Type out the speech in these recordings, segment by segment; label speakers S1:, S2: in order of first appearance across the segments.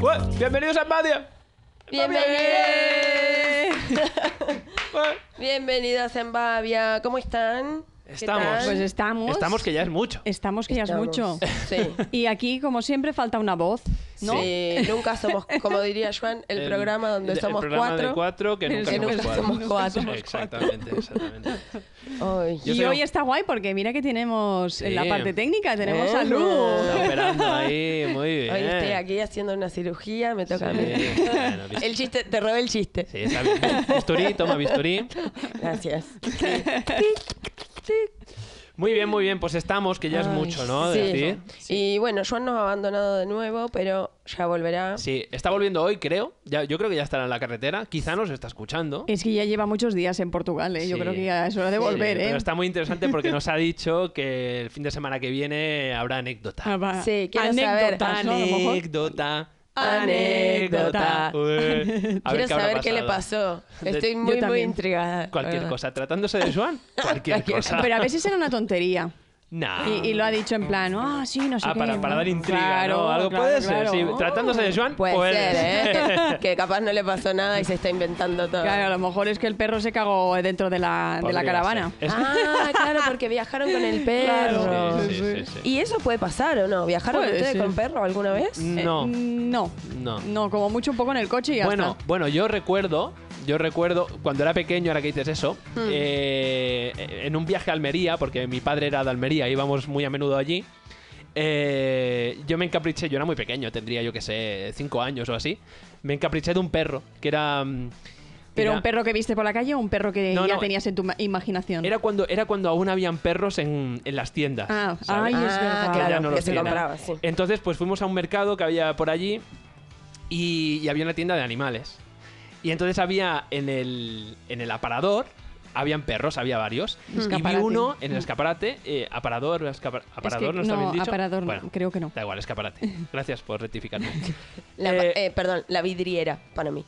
S1: Bueno, bienvenidos a Madia.
S2: Bienvenidos.
S1: Bueno,
S2: Bienvenidas en Bavia. ¿Cómo están? ¿Qué
S1: Estamos.
S2: tal?
S3: Pues estamos.
S1: Estamos que ya es mucho.
S3: Estamos que ya es
S2: Estamos.
S3: mucho.
S2: Sí.
S3: Y aquí, como siempre, falta una voz, ¿no?
S2: Sí, nunca somos, como diría Joan, el, programa donde
S1: el
S2: somos
S1: programa de
S2: cuatro.
S1: cuatro que
S3: Pero
S1: nunca,
S3: que
S1: somos,
S2: nunca
S1: cuatro.
S2: somos cuatro.
S1: Sí, Exactamente, exactamente.
S2: Ay.
S1: Yo
S3: y
S1: soy
S3: hoy
S1: un-
S3: está guay porque mira que tenemos en la
S1: Sí.
S3: parte técnica, tenemos a
S2: Bueno.
S3: Lu.
S1: Está operando ahí, muy bien.
S2: Hoy estoy aquí haciendo una cirugía, me toca a mí.
S1: Sí, bueno, viste.
S2: El chiste, te robé el chiste.
S1: Sí, está bien. Bisturí, toma bisturí.
S2: Gracias.
S1: Muy bien, muy bien, pues estamos, que ya es
S2: Ay,
S1: mucho, ¿no?
S2: sí.
S1: Decir.
S2: Y bueno, Joan nos ha abandonado de nuevo, pero ya volverá.
S1: Sí, está volviendo hoy, creo. Ya, yo creo que ya estará en la carretera. Quizá nos está escuchando.
S3: Es que ya lleva muchos días en Portugal, ¿eh? Yo
S1: Sí.
S3: creo que ya es hora de
S1: Sí,
S3: volver, ¿eh?
S1: Pero está muy interesante porque nos ha dicho que el fin de semana que viene habrá anécdota.
S3: Ah, va.
S2: Sí, quiero
S3: Anécdotas,
S2: saber.
S3: ¿no? A lo mejor.
S1: Anécdota.
S2: Anécdota.
S1: Ué. A ver
S2: Quiero saber
S1: habrá
S2: qué le
S1: pasado.
S2: pasó.
S1: De-
S2: Estoy
S1: Yo
S2: muy, muy
S3: también.
S2: intrigada. la
S1: Cualquier
S2: verdad.
S1: cosa. Tratándose de Joan, cualquier
S2: Cualquier-
S1: cosa.
S3: Pero a veces era una tontería.
S1: Nah.
S3: Y, y lo ha dicho en plan, ah, sí, no sé
S1: Ah,
S3: qué,
S1: para,
S3: ¿no?
S1: para dar intriga, ¿no?
S3: Claro,
S1: Algo
S3: claro,
S1: puede ser.
S3: claro. Oh,
S1: sí. Tratándose de Joan, pues
S2: Puede,
S1: puede
S2: ser, ¿eh? que capaz no le pasó nada y se está inventando todo.
S3: Claro, a lo mejor es que el perro se cagó dentro de la, de la
S1: Podría
S3: caravana.
S1: ser. Es-
S2: Ah, claro, porque viajaron con el perro.
S3: Claro.
S1: Sí, sí, sí, sí.
S2: ¿Y eso puede pasar o no? ¿Viajaron
S3: Puede
S2: ustedes
S3: ser.
S2: con perro alguna vez?
S1: No.
S3: Eh, No.
S1: No.
S3: No, como mucho un poco en el coche y ya
S1: Bueno,
S3: está.
S1: bueno, yo recuerdo, yo recuerdo cuando era pequeño, ahora que dices eso,
S3: Mm.
S1: eh, en un viaje a Almería, porque mi padre era de Almería, íbamos muy a menudo allí. eh, yo me encapriché, yo era muy pequeño, tendría yo que sé, cinco años o así. Me encapriché de un perro, que era. mm,
S3: ¿Pero
S1: era-
S3: un perro que viste por la calle o un perro que
S1: No,
S3: ya
S1: no.
S3: tenías en tu ma- imaginación?
S1: Era cuando, era cuando aún habían perros en, en las tiendas.
S3: Ah,
S1: ¿sabes?
S3: ay, es
S2: Ah,
S3: verdad.
S1: Que ya
S2: claro,
S1: no
S2: que
S1: los
S2: se
S1: tienen.
S2: compraba, sí.
S1: Entonces, pues fuimos a un mercado que había por allí y, y había una tienda de animales. Y entonces había en el, en el aparador, habían perros, había varios. Y vi
S3: Escaparate. Mm.
S1: uno en el escaparate, eh, aparador, escapa- aparador,
S3: que
S1: ¿no está
S3: no,
S1: bien dicho?
S3: aparador no, creo que no.
S1: Da igual, escaparate. Gracias por rectificarme.
S2: La-
S1: Eh,
S2: eh, perdón, la vidriera para mí.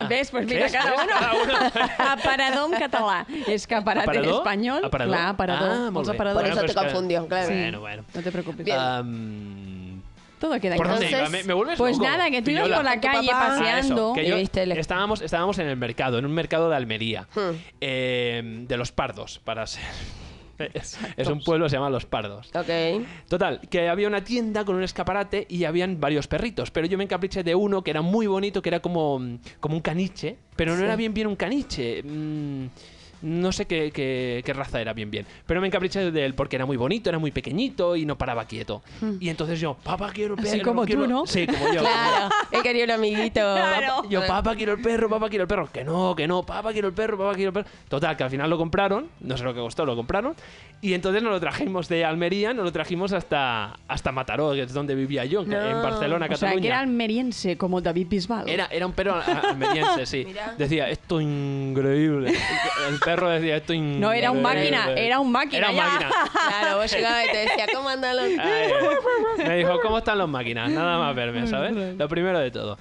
S1: Ah,
S3: ¿Ves? Pues
S1: ¿ves?
S3: mira, cada
S1: ¿Ves?
S3: uno.
S1: Cada uno.
S3: Aparadón catalá. Escaparate
S1: Aparador?
S3: español.
S1: Aparador.
S3: Clar, aparador.
S1: Ah, molt
S3: Molts
S1: bé.
S3: aparadors.
S2: Por eso
S1: pues
S2: te
S1: claro.
S2: confundió, claro.
S1: Bueno, bueno.
S3: No te preocupes.
S2: Bien.
S1: Am,
S3: Todo queda
S1: ¿Por dónde
S3: claro.
S1: iba?
S2: Entonces,
S1: Me, me vuelves
S3: Pues
S1: loco.
S3: nada, que tú ibas
S1: Piñola.
S3: por la
S2: Con tu
S3: calle
S1: Ah,
S2: papá.
S1: eso,
S3: paseando.
S1: que
S2: Y
S1: yo-
S2: viste el-
S1: estábamos, estábamos en el mercado, en un mercado de Almería,
S2: Hmm.
S1: eh, de los Pardos, para ser. Es, es un pueblo que se llama Los Pardos.
S2: Ok.
S1: Total, que había una tienda con un escaparate y habían varios perritos, pero yo me encapriché de uno que era muy bonito, que era como, como un caniche, pero no era bien bien un caniche. mm, no sé qué, qué- qué raza era bien bien, pero me encapriché de él porque era muy bonito, era muy pequeñito y no paraba quieto. Y entonces yo, papá, quiero perro.
S3: Hmm. Así como tú,
S1: quiero-".
S3: ¿no?
S1: Sí, como yo.
S2: Claro, él quería un amiguito.
S3: Claro.
S1: Yo, papá, quiero el perro, papá, quiero el perro. Que no, que no, papá, quiero el perro, papá, quiero el perro. Total, que al final lo compraron, no sé lo que costó, lo compraron. Y entonces nos lo trajimos de Almería, nos lo trajimos hasta, hasta Mataró, que es donde vivía yo, en- en
S2: No.
S1: Barcelona,
S3: O sea,
S1: Cataluña.
S3: que era almeriense, como David Bisbal.
S1: Era, era un perro a- almeriense, sí.
S2: Mira.
S1: Decía, esto increíble. El perro decía, esto increíble.
S3: No, era un máquina, era un máquina,
S1: Era un
S3: ya.
S1: máquina.
S2: Claro, vos llegabas y te decía, ¿cómo andan los.?
S1: Ay, me dijo, ¿cómo están las máquinas? Nada más verme, ¿sabes? Lo primero de todo.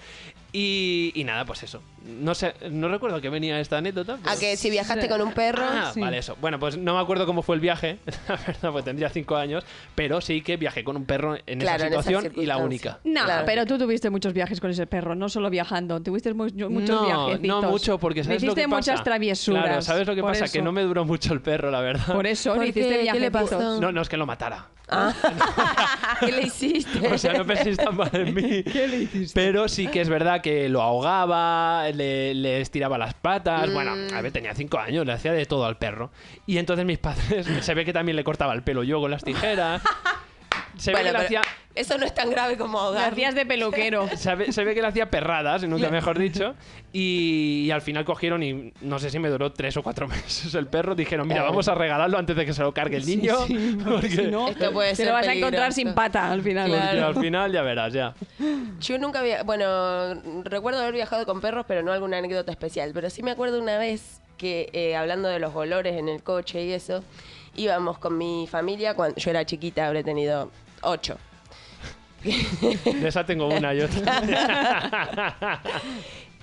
S1: Y, y nada, pues eso. No sé, no recuerdo que venía esta anécdota. pero-
S2: A que si viajaste con un perro.
S1: Ah,
S3: sí.
S1: vale, eso. Bueno, pues no me acuerdo cómo fue el viaje, la verdad, pues tendría cinco años, pero sí que viajé con un perro en
S2: Claro,
S1: esa
S2: en esa
S1: situación y la
S2: circunstancia.
S1: única.
S3: No,
S2: Claro.
S3: pero tú tuviste muchos viajes con ese perro, no solo viajando, tuviste mu- muchos
S1: no,
S3: viajecitos.
S1: no mucho, porque ¿sabes
S3: Me
S1: lo
S3: hiciste
S1: que pasa?
S3: muchas traviesuras.
S1: Claro, ¿sabes lo que
S3: por
S1: pasa?
S3: eso.
S1: Que no me duró mucho el perro, la verdad.
S3: Por eso,
S2: ¿Por
S3: le hiciste
S2: qué? ¿Qué
S3: viajes
S2: le pasó?
S1: No, no es que lo matara.
S2: Ah, ¿Qué le hiciste?
S1: O sea, no penséis tan mal en mí. Pero sí que es verdad que lo ahogaba, le, le estiraba las patas. Bueno, a ver, tenía cinco años, le hacía de todo al perro. Y entonces mis padres, se ve que también le cortaba el pelo yo con las tijeras. Se ve
S2: Bueno,
S1: que le
S2: pero
S1: hacía...
S2: Eso no es tan grave como ahogar.
S3: Hacías de peluquero.
S1: Se ve, se ve que le hacía perradas, nunca mejor dicho, y, y al final cogieron y no sé si me duró tres o cuatro meses el perro. Dijeron, mira, vamos a regalarlo antes de que se lo cargue el niño, porque,
S3: Si no,
S2: Esto puede
S3: te
S2: ser
S3: lo vas a encontrar
S2: peligroso.
S3: sin pata al final.
S1: porque al final ya verás, ya.
S2: Yo nunca había, bueno, recuerdo haber viajado con perros, pero no alguna anécdota especial. Pero sí me acuerdo una vez que, eh, hablando de los olores en el coche y eso, íbamos con mi familia, cuando yo era chiquita, habré tenido ocho.
S1: De esa tengo una y otra.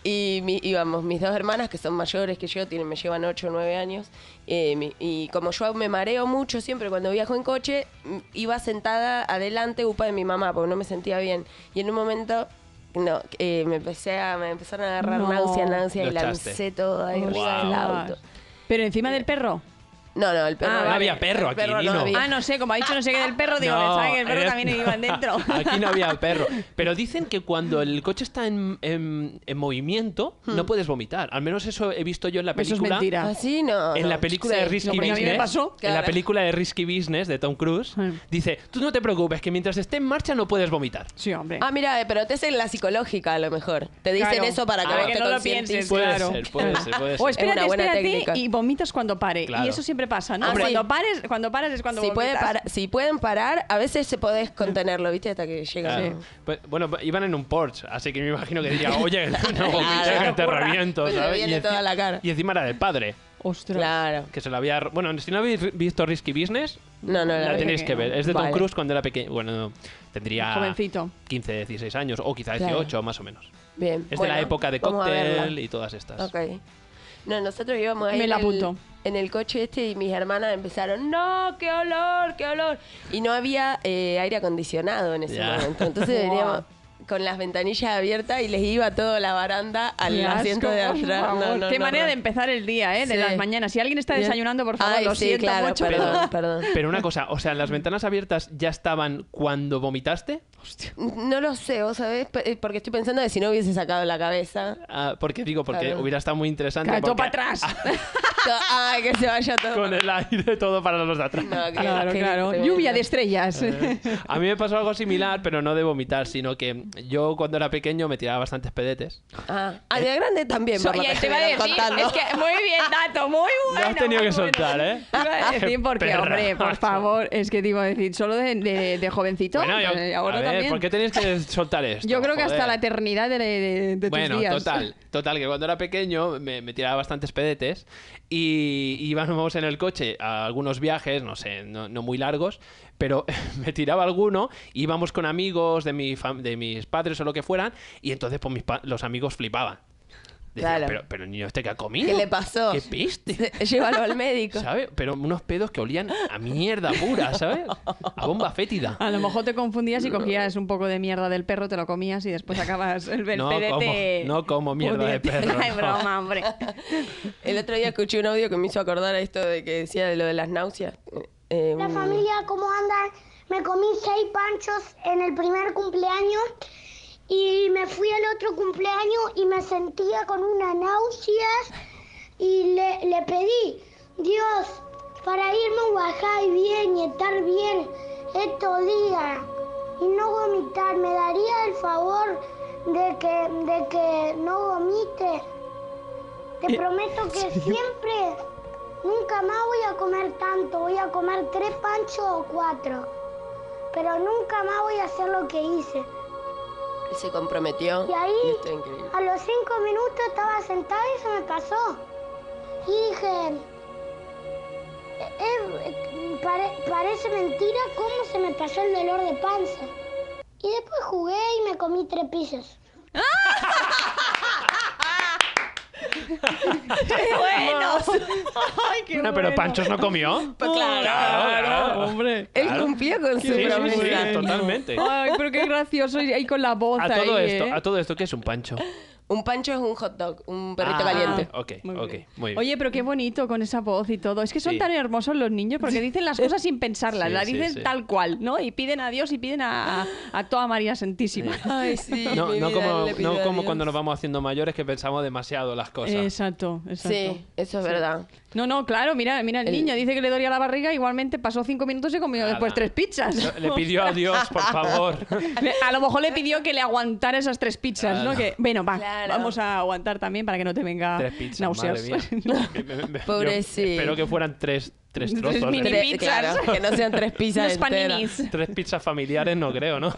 S2: Y mi- íbamos mis dos hermanas, que son mayores que yo, tienen, me llevan 8 o 9 años. eh, mi- y como yo me mareo mucho siempre cuando viajo en mm, coche, m- iba sentada adelante, upa de mi mamá, porque no me sentía bien. Y en un momento No, eh, me, empecé a, me empezaron a agarrar
S3: No.
S2: náusea, náusea y
S1: Lo
S2: la
S1: echaste.
S2: lancé todo ahí arriba del auto.
S3: Pero encima del perro.
S2: No, no, el perro.
S3: Ah,
S2: no
S3: vale.
S1: había perro aquí, Nino.
S3: Ah, no sé, como ha dicho no sé qué del perro, digo, pensaba que el perro
S1: eh,
S3: también iba dentro.
S1: Aquí no había perro. Pero dicen que cuando el coche está en, en- en movimiento, no puedes vomitar. Al menos eso he visto yo en la
S3: Hmm. Eso es
S1: película.
S3: mentira.
S2: Así ¿Ah, no.
S1: En
S2: no.
S1: la película
S2: Sí,
S1: de Risky
S3: no, porque a
S1: Business,
S3: mí me pasó. Hmm.
S1: en la
S2: Claro.
S1: película de Risky Business de Tom Cruise,
S3: Sí.
S1: dice, tú no te preocupes, que mientras esté en marcha no puedes vomitar.
S3: Sí, hombre.
S2: Ah, mira, eh, pero te hacen la psicológica a lo mejor. Te dicen
S3: Claro. Ah,
S2: eso para que
S1: Para
S2: vos
S1: que
S2: te
S3: no lo
S2: concientices.
S3: pienses.
S1: Puede
S3: Claro.
S1: ser, puede ser, puede ser.
S3: O espérate,
S2: una buena
S3: espérate
S2: técnica.
S3: y vomitas cuando pare.
S1: Claro.
S3: Y eso siempre pasa, ¿no?
S2: Ah, sí.
S3: cuando, pares, cuando pares es cuando
S2: Si, puede
S3: vomitas.
S2: para- si pueden parar, a veces se podés contenerlo, ¿viste? Hasta que llega.
S1: Claro. Pues, bueno, iban en un Porsche, así que me imagino que diría, oye, no vomites,
S2: Claro.
S1: que te reviento,
S2: Pues le
S1: ¿sabes?
S2: viene
S1: enci-
S2: toda la cara.
S1: y encima era del padre,
S3: Ostras.
S2: Claro.
S1: que se lo había... Bueno, si no habéis ri- visto Risky Business,
S2: No, no,
S1: la
S2: la
S1: tenéis que
S3: pequeño.
S1: ver. Es de Tom
S2: Vale.
S1: Cruise cuando era pequeño. Bueno, tendría
S3: Jovencito.
S1: 15, 16 años, o quizá
S2: Claro.
S1: 18, más o menos.
S2: Bien.
S1: Es
S2: bueno,
S1: de la época de
S2: vamos a verla.
S1: cóctel y todas estas.
S2: Ok. No, nosotros íbamos ahí
S3: Me la
S2: en el-
S3: apunto.
S2: en el coche este y mis hermanas empezaron, no, qué olor, qué olor. Y no había eh, aire acondicionado en ese
S1: Ya.
S2: momento. Entonces
S3: Wow.
S2: veníamos con las ventanillas abiertas y les iba toda la baranda al
S3: Qué
S2: asiento
S3: asco,
S2: de
S3: por
S2: atrás. No,
S3: favor.
S2: no,
S3: Qué
S2: no,
S3: manera
S2: no.
S3: de empezar el día, ¿eh? De
S2: Sí.
S3: las mañanas. Si alguien está
S2: Bien.
S3: desayunando, por favor,
S2: Ay,
S3: lo
S2: sí,
S3: siento
S2: claro,
S3: mucho.
S2: Perdón, perdón.
S1: Pero una cosa, o sea, ¿las ventanas abiertas ya estaban cuando vomitaste?
S2: No lo sé, vos sabés, P- eh, porque estoy pensando de si no hubiese sacado la cabeza.
S1: Ah, porque digo, porque
S2: Claro.
S1: hubiera estado muy interesante.
S3: Cato
S1: porque-
S3: para atrás.
S2: To- Ay, que se vaya todo.
S1: Con el aire todo para los de atrás.
S2: No, que-
S3: claro,
S2: que
S3: claro.
S2: tremendo.
S3: Lluvia de estrellas.
S1: A mí me pasó algo similar, pero no de vomitar, sino que yo cuando era pequeño me tiraba bastantes pedetes.
S2: Ah, ah, de grande también.
S3: So-
S2: por lo
S3: y
S2: que
S3: te iba a
S2: me
S3: decir,
S2: van contando.
S3: es que muy bien, dato, muy bueno.
S1: has tenido
S3: muy
S1: que soltar, ¿eh?
S3: Te Iba a decir porque,
S1: Perra.
S3: hombre, por favor, es que te iba a decir, solo de, de- de jovencito,
S1: Bueno, yo-
S3: eh,
S1: a
S3: ahora
S1: ver,
S3: también.
S1: ¿por qué tenéis que soltar esto?
S3: Yo creo que hasta
S1: Joder.
S3: la eternidad de, de- de tus
S1: bueno,
S3: días.
S1: total, total, que cuando era pequeño me, me tiraba bastantes pedetes y íbamos en el coche a algunos viajes, no sé, no, no muy largos, pero me tiraba alguno, íbamos con amigos de, mi fam- de mis padres o lo que fueran, y entonces pues, mis pa- los amigos flipaban. Decían,
S2: Claro.
S1: pero, pero el niño este que ha comido.
S2: ¿Qué le pasó?
S1: ¿Qué piste?
S2: Llévalo al médico.
S1: ¿Sabes? Pero unos pedos que olían a mierda pura, ¿sabes? A bomba fétida.
S3: A lo mejor te confundías y cogías un poco de mierda del perro, te lo comías y después acabas el, el
S1: No
S3: pedete.
S1: como- no como mierda de
S3: pudiente.
S1: perro,
S3: Ay,
S1: no.
S3: broma, hombre.
S2: El otro día escuché un audio que me hizo acordar a esto de que decía de lo de las náuseas. Eh,
S4: La familia, ¿cómo andan? Me comí seis panchos en el primer cumpleaños y me fui al otro cumpleaños y me sentía con unas náuseas y le, le pedí, Dios, para irme a bajar bien y estar bien estos días y no vomitar, me daría el favor de que, de que no vomite. Te prometo que siempre, nunca más voy a comer tanto. Voy a comer tres panchos o cuatro. Pero nunca más voy a hacer lo que hice.
S2: se comprometió.
S4: Y ahí,
S2: Y está increíble.
S4: a los cinco minutos estaba sentada y se me pasó. Y dije, "Eh, eh, pare- parece mentira cómo se me pasó el dolor de panza. Y después jugué y me comí tres pisos.
S3: bueno. Ay, qué
S1: Bueno, pero
S3: bueno.
S1: Panchos no comió.
S2: Pues claro,
S1: claro, hombre.
S2: Él
S1: claro.
S2: cumplió con su
S1: Sí, sí,
S2: promesa.
S1: sí, totalmente.
S3: Ay, pero qué gracioso. Y ahí con la voz
S1: A todo
S3: ahí,
S1: esto,
S3: ¿eh?
S1: a todo esto, ¿qué es un pancho?
S2: Un pancho es un hot dog, un perrito
S1: Ah,
S2: caliente.
S1: Ok,
S3: Muy
S1: ok,
S3: bien.
S1: muy bien.
S3: Oye, pero qué bonito con esa voz y todo. Es que son
S1: Sí.
S3: tan hermosos los niños porque dicen las cosas sin pensarlas,
S1: Sí,
S3: las
S1: sí,
S3: dicen
S1: sí.
S3: tal cual, ¿no? Y piden a Dios y piden a, a- a toda María Santísima.
S2: Ay, sí.
S1: no,
S2: mi
S1: no
S2: vida,
S1: como,
S2: le pido
S1: no
S2: a
S1: como
S2: Dios.
S1: cuando nos vamos haciendo mayores que pensamos demasiado las cosas.
S3: Exacto, exacto.
S2: Sí, eso es verdad.
S3: No, no, claro, mira, mira el,
S2: El-
S3: niño, dice que le dolía la barriga, igualmente pasó cinco minutos y comió
S1: Nada.
S3: después tres pizzas.
S1: Le pidió a Dios, por favor.
S3: Le- A lo mejor le pidió que le aguantara esas tres pizzas,
S1: Claro.
S3: ¿no? Que, bueno, va,
S2: Claro.
S3: vamos a aguantar también para que no te venga
S1: tres pizzas,
S3: náuseas.
S1: madre mía. Me- me- me- yo
S2: Pobrecito.
S1: Espero que fueran tres, tres
S3: Tres
S1: trozos. ¿eh?
S3: mini
S1: de-
S3: pizzas.
S2: Tres- claro, que no sean tres pizzas
S3: Unos
S2: enteras.
S3: paninis.
S1: tres pizzas familiares, no creo, ¿no?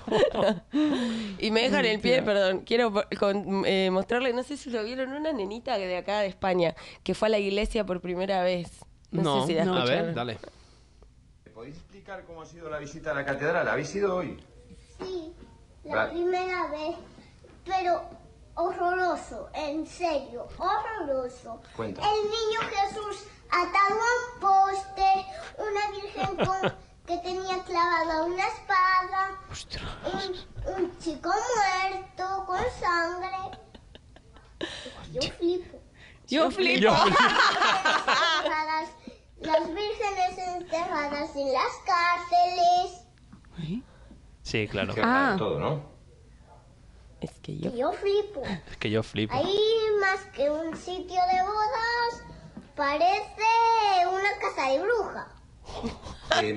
S2: Y me dejan el pie, perdón. Quiero po- con- eh, mostrarle, no sé si lo vieron, una nenita que de acá de España que fue a la iglesia por primera vez. No, sé si la
S1: a
S2: escucharon.
S1: ver, dale.
S5: ¿Podéis explicar cómo ha sido la visita a la catedral? ¿Habéis ido hoy?
S4: Sí, la
S5: Vale.
S4: primera vez, pero horroroso, en serio, horroroso.
S5: Cuenta.
S4: El niño Jesús atado a un poste, una virgen con que tenía clavada una espada,
S1: Ostras.
S4: un, un chico muerto con sangre. Yo flipo.
S3: Yo flipo.
S1: Yo-
S4: Enterradas, las vírgenes enterradas en las cárceles.
S1: Sí, claro.
S5: Que
S3: Ah.
S5: todo, ¿no?
S2: Es que yo.
S4: Y Yo flipo.
S1: Es que yo flipo.
S4: Ahí más que un sitio de bodas, parece una casa de bruja.
S5: Eh,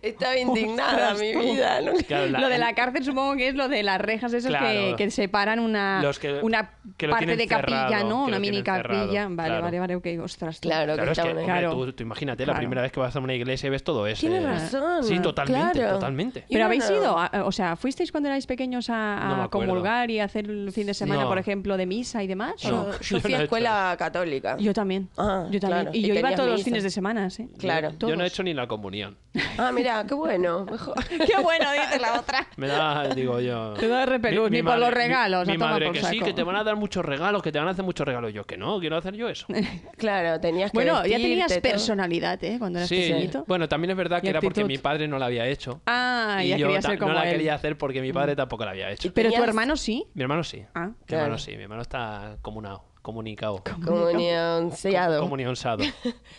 S2: Estaba indignada
S3: Ostras,
S2: mi
S3: tú.
S2: vida. ¿no?
S1: Claro, la-
S3: lo de la cárcel supongo que es lo de las rejas esas
S1: Claro.
S3: que, que separan una,
S1: Los que-
S3: una
S1: que lo
S3: parte
S1: tienen
S3: de capilla,
S1: cerrado, que
S3: ¿no?
S1: lo
S3: Una mini
S1: tienen cerrado,
S3: capilla. Vale,
S1: claro.
S3: vale, vale, ok. Ostras, tú.
S2: Claro, que
S1: Claro, es que,
S2: estaban ahí.
S1: hombre,
S3: Claro.
S1: tú, tú imagínate, la
S3: Claro.
S1: primera vez que vas a una iglesia y ves todo eso.
S2: Tienes
S1: eh.
S2: razón,
S1: Sí, totalmente,
S2: claro.
S1: totalmente.
S3: Pero habéis
S2: Claro.
S3: ido, a- o sea, ¿fuisteis cuando erais pequeños a,
S1: No
S3: a
S1: me acuerdo.
S3: comulgar y a hacer el fin de semana,
S1: No.
S3: por ejemplo, de misa y demás?
S1: No.
S2: Yo,
S3: ¿O
S2: yo
S1: yo
S2: fui
S1: no
S2: a
S1: he
S2: escuela católica.
S3: no? Yo también.
S2: Ah,
S3: yo también.
S2: claro.
S3: Y
S2: Y
S3: yo iba
S2: tenías
S3: todos los
S2: misa.
S3: fines de semana, ¿eh?
S2: Claro.
S1: Yo no he
S3: Todos.
S1: hecho ni la comunión.
S2: Ah, mira, qué bueno. mejor.
S3: Qué bueno, dice la otra.
S1: Me da, digo yo.
S3: Te da repelús, ni por los regalos,
S1: Mi,
S3: a
S1: mi
S3: tomar
S1: madre,
S3: por
S1: que sí,
S3: saco.
S1: que te van a dar muchos regalos, que te van a hacer muchos regalos. Yo que no, quiero hacer yo eso.
S2: Claro, tenías que
S3: Bueno, ya
S2: vestirte,
S3: tenías
S2: todo.
S3: personalidad, ¿eh? Cuando eras
S1: Sí,
S3: pequeñito.
S1: bueno, también es verdad que
S3: Y
S1: era porque
S3: actitud.
S1: mi padre no la había hecho.
S3: Ah,
S1: y
S3: ya
S1: yo
S3: quería
S1: ta-
S3: ser como
S1: no la
S3: él.
S1: quería hacer porque mi padre tampoco la había hecho.
S3: Pero tu
S2: Tenías-
S3: hermano sí.
S1: Mi hermano sí.
S3: Ah.
S1: Mi hermano
S2: Claro.
S1: sí, mi hermano está comunado, comunicado.
S2: Comunionseado.
S1: Comunionzado.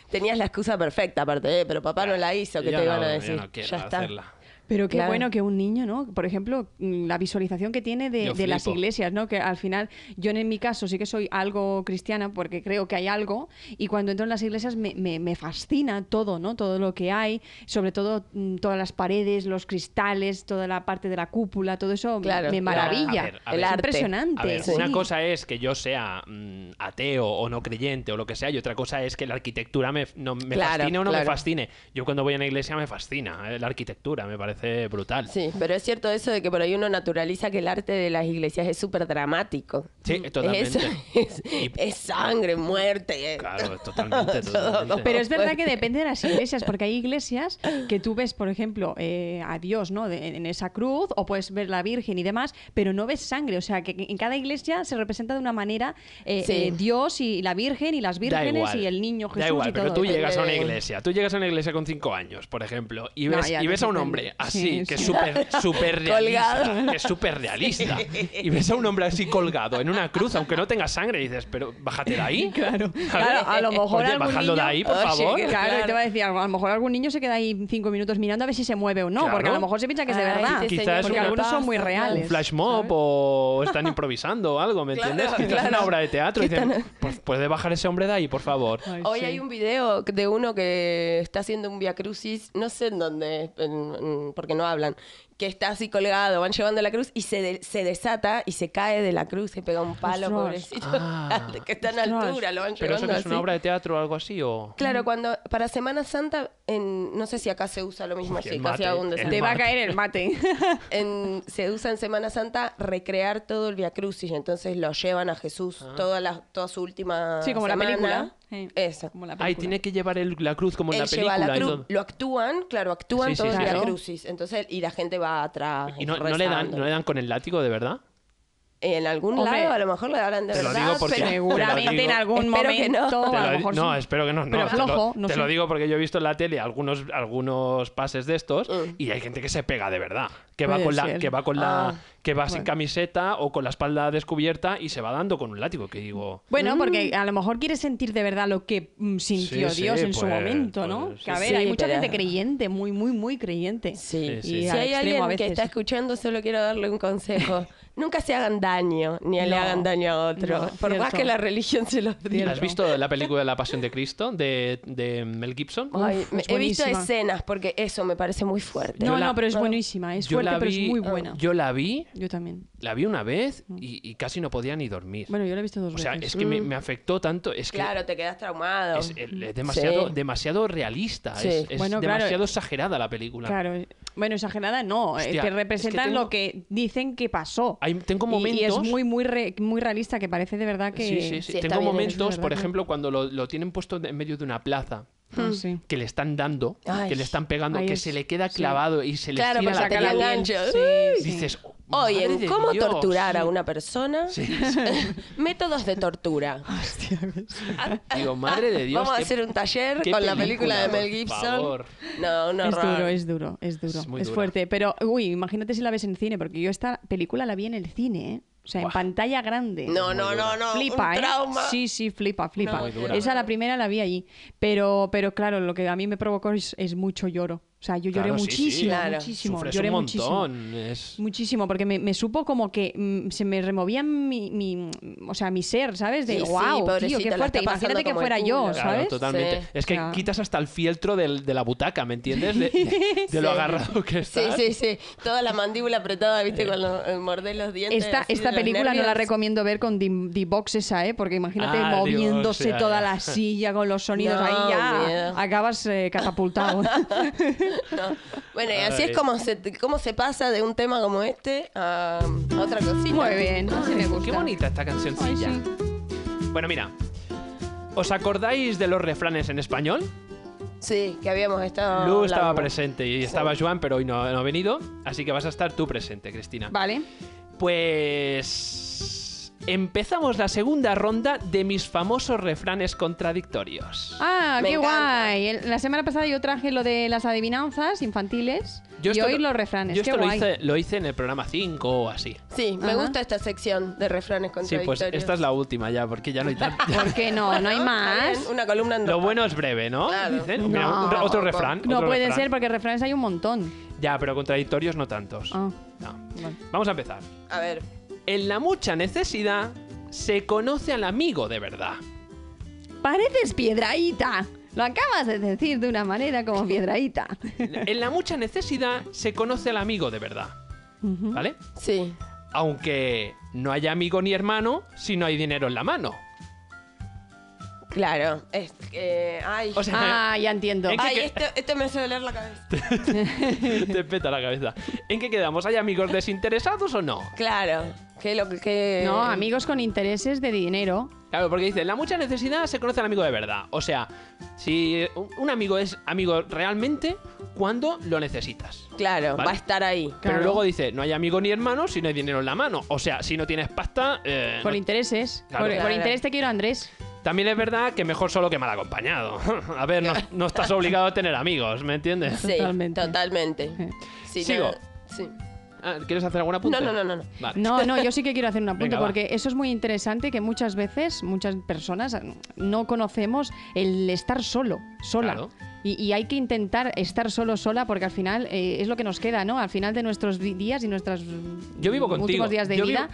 S2: Tenías la excusa perfecta, aparte, eh, pero papá no la hizo, que
S1: Yo
S2: te iban
S1: no-
S2: a
S1: yo
S2: decir.
S1: no quiero
S2: ya está.
S1: hacerla.
S3: Pero qué
S2: Claro.
S3: bueno que un niño, ¿no? Por ejemplo, mm, la visualización que tiene de,
S1: Yo
S3: de las
S1: flipo.
S3: iglesias, ¿no? Que al final, yo en mi caso sí que soy algo cristiana porque creo que hay algo y cuando entro en las iglesias me, me- me fascina todo, ¿no? Todo lo que hay, sobre todo mm, todas las paredes, los cristales, toda la parte de la cúpula, todo eso me-
S2: Claro,
S3: me
S2: claro.
S3: maravilla.
S1: A ver, a
S3: Es
S1: ver.
S3: impresionante.
S1: A ver,
S3: sí.
S1: una cosa es que yo sea mm, ateo o no creyente o lo que sea, y otra cosa es que la arquitectura me, no, me
S2: Claro,
S1: fascine o no me
S2: claro.
S1: fascine. Yo cuando voy a la iglesia me fascina eh, la arquitectura, me parece brutal.
S2: Sí, pero es cierto eso de que por ahí uno naturaliza que el arte de las iglesias es súper dramático.
S1: Sí,
S2: Es
S1: totalmente.
S2: eso, Es,
S1: Y-
S2: es sangre, muerte. eh.
S1: Claro, totalmente,
S2: Todo,
S1: totalmente.
S3: Pero es verdad que
S2: Fuerte.
S3: depende de las iglesias, porque hay iglesias que tú ves, por ejemplo, eh, a Dios ¿no? De- en esa cruz, o puedes ver la Virgen y demás, pero no ves sangre. O sea, que en cada iglesia se representa de una manera eh,
S2: Sí.
S3: eh, Dios y la Virgen y las
S1: Da
S3: vírgenes
S1: igual.
S3: y el niño Jesús
S1: Da igual,
S3: y todo.
S1: pero tú
S3: eso.
S1: llegas a una
S2: Depende de-
S1: iglesia. Tú llegas a una iglesia con 5 años, por ejemplo, y
S3: No,
S1: ves,
S3: ya
S1: y
S3: te
S1: ves a un
S3: sorprende.
S1: hombre
S3: Sí,
S1: así, que es
S3: sí.
S1: súper súper realista.
S2: Colgado.
S1: Que es súper realista. Y ves a un hombre así colgado en una cruz, aunque no tenga sangre, y dices, pero bájate de ahí.
S3: Claro, claro, a lo mejor
S1: Oye,
S3: algún
S1: bajadlo
S3: niño...
S1: de ahí, por
S2: Oye,
S1: favor.
S2: que-
S3: Claro, y te
S2: Claro.
S3: va a decir, a lo mejor algún niño se queda ahí cinco minutos mirando a ver si se mueve o no,
S1: Claro.
S3: porque a lo mejor se piensa que es de
S2: Ay,
S3: verdad.
S2: este
S1: Quizás
S2: señor,
S1: es
S3: porque
S1: una-
S3: algunos son muy
S2: pasa,
S1: un
S3: reales.
S1: flash mob o están improvisando o algo, ¿me
S2: Claro,
S1: entiendes? Quizás
S2: claro.
S1: una obra de teatro y
S2: Que
S1: dicen,
S2: están-
S1: "Pues, ¿puede bajar ese hombre de ahí, por favor?
S3: Ay,
S2: Hoy
S3: sí.
S2: hay un video de uno que está haciendo un via crucis, no sé en dónde, en- en- porque no hablan, que está así colgado, van llevando la cruz y se, de- se desata y se cae de la cruz, se pega un palo,
S3: Ostras.
S2: pobrecito,
S1: Ah.
S2: que está en
S3: Ostras.
S2: altura, lo van
S1: ¿Pero eso
S2: llevando
S1: que es una
S2: así.
S1: obra de teatro o algo así? o
S2: Claro, cuando para Semana Santa, en, no sé si acá se usa lo mismo,
S1: Uy, el
S2: sí, casi
S1: mate,
S2: hago un
S1: el
S2: desastre.
S3: Te va a
S1: mate.
S3: caer el mate.
S2: En- se usa en Semana Santa recrear todo el Via Crucis, entonces lo llevan a Jesús toda, la- toda su última
S3: Ah. Sí, como la
S2: semana.
S3: película. Sí.
S2: Eso.
S3: Como la
S1: Ay,
S3: película.
S1: tiene que llevar el- la cruz como en
S2: Él
S1: la
S2: lleva
S1: película.
S2: la cruz,
S1: entonces-
S2: lo actúan, claro, actúan
S1: Sí, sí,
S2: todos
S1: sí,
S2: los
S3: claro.
S2: crucis. Entonces, y la gente va atrás.
S1: ¿Y no, no le dan,
S2: rezando.
S1: no le dan con el látigo, de verdad?
S2: En algún
S3: Hombre,
S2: lado, a lo mejor le darán de
S1: te lo
S2: verdad.
S1: digo porque-
S2: pero-
S1: te lo
S3: Seguramente
S1: digo.
S3: en algún
S2: Espero que
S3: momento.
S2: no.
S3: a
S1: Te
S3: lo
S1: lo-
S3: mejor
S1: no,
S3: sí.
S1: espero que no. no,
S3: Pero
S1: te lo-
S3: flojo,
S1: te
S3: no
S1: lo,
S3: sé.
S1: digo porque yo he visto en la tele algunos, algunos pases de estos y hay gente que se pega de verdad. Que va
S3: Mm. Puede
S1: con la,
S3: ser.
S1: que va con la,
S2: Ah,
S1: que va sin camiseta o con la espalda descubierta y se va dando con un látigo. Que digo.
S3: Bueno, porque
S2: Mm.
S3: a lo mejor quiere sentir de verdad lo que mm, sintió
S1: Sí, sí,
S3: Dios en su
S1: pues,
S3: momento, ¿no?
S1: pues,
S3: que a
S2: sí.
S3: ver,
S2: Sí,
S3: hay mucha
S2: pero-
S3: gente creyente, muy, muy, muy creyente.
S2: Sí.
S1: Sí, sí.
S3: Y
S2: Si
S3: al
S2: hay
S3: extremo a
S2: alguien que
S3: veces.
S2: está escuchando, solo quiero darle un consejo. Nunca se hagan daño, ni
S3: No.
S2: le hagan daño a otro.
S3: No,
S2: Por más
S3: cierto.
S2: que la religión se los diga.
S1: ¿Has visto la película La Pasión de Cristo de, de Mel Gibson?
S2: Ay,
S3: Uf,
S2: me-
S3: es
S2: he visto
S3: buenísima.
S2: escenas porque eso me parece muy fuerte.
S3: No,
S1: Yo la-
S3: no, pero es buenísima, es
S1: Yo
S3: fuerte,
S1: la
S3: pero
S1: vi- oh,
S3: es muy buena. Yo...
S1: Yo la vi,
S3: también.
S1: la vi una vez y, y casi no podía ni dormir.
S3: Bueno, yo la he visto dos
S1: o sea,
S3: veces. Mm.
S1: es que me, me afectó tanto. Es que
S2: Claro, te quedas traumado.
S1: es, eh, el- es demasiado,
S2: Sí.
S1: demasiado realista.
S2: Sí. eh,
S1: Es, es
S3: Bueno, claro.
S1: demasiado exagerada la película.
S3: Claro. eh, Bueno, exagerada no, eh,
S1: Hostia,
S3: te
S1: es que
S3: representan
S1: tengo-
S3: lo que dicen que pasó.
S1: Hay- tengo
S3: Y- Y, es
S1: momentos-
S3: muy, muy, re- muy realista, que parece de verdad que...
S1: Sí, sí, sí.
S2: Sí, está
S1: Tengo
S2: bien, es
S1: momentos,
S3: verdad
S1: por
S3: que-
S1: ejemplo, cuando lo, lo tienen puesto en medio de una plaza
S3: Ah, sí.
S1: que le están dando,
S2: Ay.
S1: que le están pegando,
S3: Ahí
S1: que
S3: es.
S1: se le queda
S3: Sí.
S1: clavado y se le
S2: Claro,
S1: estira
S2: pues
S1: la
S2: saca la
S1: piel.
S2: gancho.
S3: Sí, sí.
S1: Dices, madre
S2: Oye,
S1: de
S2: ¿cómo
S1: Dios,
S2: torturar a
S1: sí.
S2: una persona?
S1: Sí.
S2: Métodos de tortura.
S1: Digo, madre de Dios.
S2: Vamos a
S1: qué-
S2: hacer un taller
S1: qué
S2: con la película de
S1: película,
S2: Mel
S1: por
S2: Gibson.
S1: favor.
S2: No, un
S3: Es
S2: horror.
S3: duro, es duro, es duro.
S1: Es muy
S3: Es
S1: dura.
S3: fuerte. Pero, uy, imagínate si la ves en cine, porque yo esta película la vi en el cine, ¿eh? O sea, en
S1: Buah.
S3: pantalla grande.
S2: No, no, no, no.
S3: Flipa,
S2: un
S3: ¿eh?
S2: trauma.
S3: Sí, sí, flipa, flipa.
S1: Muy dura.
S3: Esa la primera la vi allí. Pero, pero claro, lo que a mí me provocó es, es mucho lloro. O sea, yo lloré
S1: Claro, sí, sí.
S3: muchísimo,
S2: Claro.
S3: muchísimo.
S1: Sufres
S3: lloré
S1: un
S3: muchísimo.
S1: montón. Es...
S3: Muchísimo, porque me, me supo como que mm, se me removía mi, mi- o sea, mi ser, ¿sabes? De
S2: Sí, sí,
S3: wow, tío,
S2: pobrecita,
S3: qué
S2: la
S3: fuerte.
S2: está pasando
S3: Imagínate que
S2: como el
S3: fuera yo,
S2: culo.
S1: Claro,
S3: ¿sabes?
S1: totalmente.
S2: Sí.
S1: Es que
S3: O sea-
S1: quitas hasta el fieltro del, de la butaca, ¿me entiendes? De, de- de lo
S2: Sí.
S1: agarrado que
S2: Sí,
S1: está.
S2: sí, sí. Toda la mandíbula apretada, viste, con los, eh, morder los dientes.
S3: Esta,
S2: así de
S3: esta
S2: los
S3: película no la
S2: nervios.
S3: recomiendo ver con The The Box esa, ¿eh? Porque imagínate
S1: Ah, digo,
S3: moviéndose
S1: o sea,
S3: toda
S1: ya.
S3: la silla con los sonidos
S2: No,
S3: ahí ya
S2: miedo.
S3: acabas eh, catapultado.
S2: No. Bueno, y así
S1: Ay.
S2: es como se, cómo se pasa de un tema como este a a otra cosita.
S3: Muy bien, así me gusta.
S1: Qué bonita esta
S3: Ay,
S1: cancioncilla.
S3: sí.
S1: Bueno, mira. ¿Os acordáis de los refranes en español?
S2: Sí, que habíamos
S3: Ah,
S2: estado.
S1: Lu estaba
S2: hablando.
S1: presente y estaba Joan, pero hoy no, no ha venido. Así que vas a estar tú presente, Cristina.
S3: Vale.
S1: Pues empezamos la segunda ronda de mis famosos refranes contradictorios.
S3: Ah,
S2: Me
S3: qué
S2: encanta.
S3: guay. El- La semana pasada yo traje lo de las adivinanzas infantiles y
S1: esto
S3: hoy
S1: lo-
S3: los refranes.
S1: Yo
S3: qué
S1: esto lo
S3: guay.
S1: hice, lo hice en el programa 5 o así.
S2: Sí, me
S3: Ajá.
S2: gusta esta sección de refranes
S1: Sí,
S2: contradictorios.
S1: pues esta es la última ya, porque ya no hay tanto.
S3: ¿Por qué no? No hay
S2: Está bien,
S3: más.
S2: Una columna en
S1: Lo
S2: dos.
S1: bueno es breve, ¿no?
S2: Claro.
S1: Dicen. Mira,
S3: No.
S1: un- otro refrán.
S3: No
S1: otro
S3: puede
S1: refrán.
S3: ser porque refranes hay un montón.
S1: Ya, pero contradictorios no tantos.
S3: Ah,
S1: No.
S3: vale.
S1: Vamos a empezar.
S2: A ver.
S1: En la mucha necesidad se conoce al amigo de verdad.
S3: Pareces piedraíta. Lo acabas de decir de una manera como piedraíta.
S1: En la mucha necesidad se conoce al amigo de verdad.
S3: Ujú.
S1: ¿Vale?
S2: Sí.
S1: Aunque no haya amigo ni hermano si no hay dinero en la mano.
S2: Claro. Es que. ay.
S1: O sea,
S3: Ah, ya entiendo.
S1: ¿En qué-
S2: ay, esto, esto me hace doler la cabeza.
S1: te peta la cabeza. ¿En qué quedamos? ¿Hay amigos desinteresados o no?
S2: Claro. Que lo que- que.
S3: No,
S1: Eh,
S3: amigos con intereses de dinero.
S1: Claro, porque dice, la mucha necesidad se conoce al amigo de verdad. O sea, si un- un amigo es amigo realmente cuando lo necesitas.
S2: Claro,
S1: Vale.
S2: va a estar ahí.
S3: Claro.
S1: Pero luego dice, no hay amigo ni hermano si no hay dinero en la mano. O sea, si no tienes pasta... eh,
S3: Por
S1: no-
S3: intereses.
S1: Claro.
S3: Por, por
S2: Claro.
S3: interés te quiero, Andrés.
S1: También es verdad que mejor solo que mal acompañado. A ver, no, no estás obligado a tener amigos, ¿me entiendes?
S2: Sí,
S3: Totalmente. Eh.
S2: totalmente. Sí,
S3: Sí.
S1: Sigo.
S2: no- sí.
S1: Ah, ¿Quieres hacer algún apunte?
S2: No, no, no, no, no.
S1: Vale.
S3: No, no, yo sí que quiero hacer un apunte
S1: Venga, va.
S3: porque eso es muy interesante que muchas veces, muchas personas no conocemos el estar solo, sola.
S1: Claro.
S3: Y, y hay que intentar estar solo, sola, porque al final eh, es lo que nos queda, ¿no? Al final de nuestros di- días y nuestros
S1: Yo vivo contigo.
S3: últimos días de
S1: Yo
S3: vida,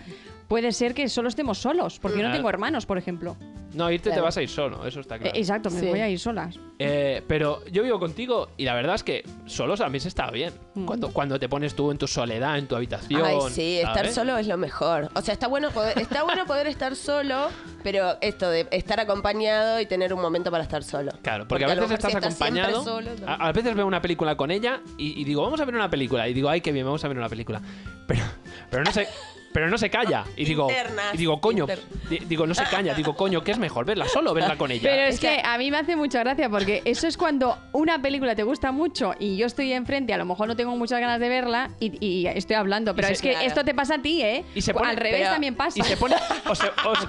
S3: puede ser que solo estemos solos, porque yo no
S1: Claro.
S3: tengo hermanos, por ejemplo.
S1: No, irte te
S2: Claro.
S1: vas a ir solo, eso está claro.
S3: Eh, Exacto, me
S2: Sí.
S3: voy a ir sola.
S1: Eh, pero yo vivo contigo y la verdad es que solos a mí se está bien. Cuando, cuando te pones tú en tu soledad, en tu habitación.
S2: Mm. Ay, sí, estar
S1: ¿sabes?
S2: solo es lo mejor. O sea, está bueno poder, está bueno poder estar solo, pero esto de estar acompañado y tener un momento para estar solo.
S1: Claro, porque, a
S2: lo
S1: veces
S2: mejor
S1: estás
S2: si siempre
S1: acompañado. ah,
S2: solo, no.
S1: a, a veces veo una película con ella y, y digo, vamos a ver una película. Y digo, ay, qué bien, vamos a ver una película. Pero, pero no se. Pero no se calla. Y digo,
S2: Internas,
S1: y digo coño.
S2: inter-
S1: di- Digo, no se calla. Digo, coño, ¿qué es mejor? ¿Verla solo o verla con ella?
S3: Pero es
S2: Es
S3: que
S2: que-
S3: a mí me hace mucha gracia porque eso es cuando una película te gusta mucho y yo estoy enfrente, a lo mejor no tengo muchas ganas de verla y, y estoy hablando, pero
S1: se-
S3: es que
S2: Claro.
S3: esto te pasa a ti, ¿eh?
S1: Y se pone-
S3: Al revés
S2: pero-
S3: también pasa.
S1: Y se pone. O se, o se-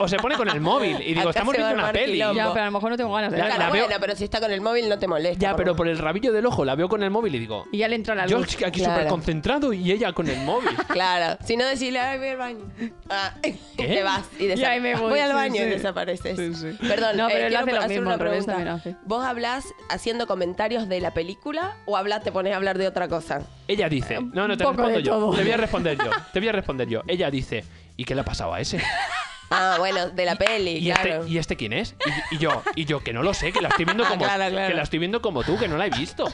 S1: o se pone con el móvil. Y digo,
S2: Acá
S1: estamos
S2: se va a
S1: viendo una
S2: armar
S1: peli.
S2: quilombo.
S3: Ya, pero a lo mejor no tengo ganas de
S1: La-
S2: Claro,
S3: verla.
S1: la veo-
S2: bueno, pero si está con el móvil no te molesta.
S1: Ya,
S2: por
S1: pero
S2: lo
S1: por el rabillo del ojo la veo con el móvil y digo.
S3: Y ya le entró la
S1: Yo
S3: luz.
S1: aquí
S2: Claro.
S1: súper concentrado y ella con el móvil.
S2: menos. Claro, si no decirle, ay, voy al baño. Ah, Te vas y
S3: Y ahí
S2: desapareces.
S3: me voy,
S2: al
S3: sí,
S2: baño
S3: sí.
S2: y desapareces.
S3: Sí, sí.
S2: Perdón,
S3: No,
S2: eh,
S3: pero él
S2: quiero
S3: hace lo
S2: hacer
S3: mismo,
S2: una
S3: al revés
S2: pregunta.
S3: también hace.
S2: ¿Vos hablás haciendo comentarios de la película o hablas, te pones a hablar de otra cosa?
S1: Ella dice. No, no, te
S3: poco de
S1: respondo yo.
S3: todo.
S1: Te voy a responder yo. Te voy a responder yo. Ella dice. ¿Y qué le ha pasado a ese?
S2: Ah, bueno, de la peli,
S1: ¿Y,
S2: claro.
S1: este, ¿Y este quién es? Y, y yo, y yo que no lo sé, que la estoy viendo
S2: Ah,
S1: como,
S2: claro, claro.
S1: que la estoy viendo como tú, que no la he visto.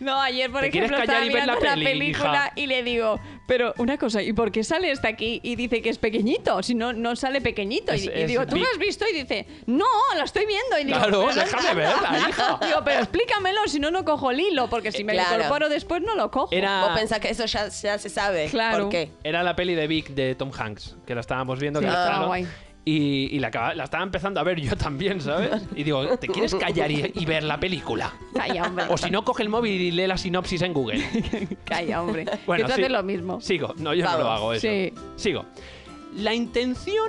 S3: No, ayer, por
S1: ¿Te quieres
S3: ejemplo, estaba
S1: callar y ver la
S3: mirando la,
S1: peli,
S3: película
S1: hija?
S3: y le digo, pero una cosa, ¿y por qué sale hasta aquí y dice que es pequeñito? Si no, no sale pequeñito. Y-
S1: Es-
S3: y,
S1: es
S3: digo, ¿tú lo
S1: big.
S3: has visto? Y dice, no, lo estoy viendo. Y digo,
S1: Claro,
S3: "Pero no
S1: déjame
S3: entiendo".
S1: verla, hija.
S3: Digo, pero explícamelo, si no, no cojo el hilo, porque si
S2: Eh,
S3: me lo
S2: claro. Eh.
S3: incorporo después no lo cojo.
S1: Era-
S2: Vos pensás que eso ya, ya se sabe.
S3: Claro.
S2: ¿Por qué?
S1: Era la peli de Vic de Tom Hanks, que la estábamos viendo,
S3: Sí,
S1: que la
S3: estaba
S1: estrenaron,
S3: guay.
S1: Y, y la, acaba- la estaba empezando a ver yo también, ¿sabes? Y digo, ¿te quieres callar y, y ver la película?
S3: Calla, hombre.
S1: O si no, coge el móvil y lee la sinopsis en Google.
S3: Calla, hombre.
S1: Bueno,
S3: que tú
S1: sí.
S3: haces lo mismo.
S1: Sigo. No, yo no lo
S2: Vamos.
S1: hago eso.
S3: Sí.
S1: Sigo. La intención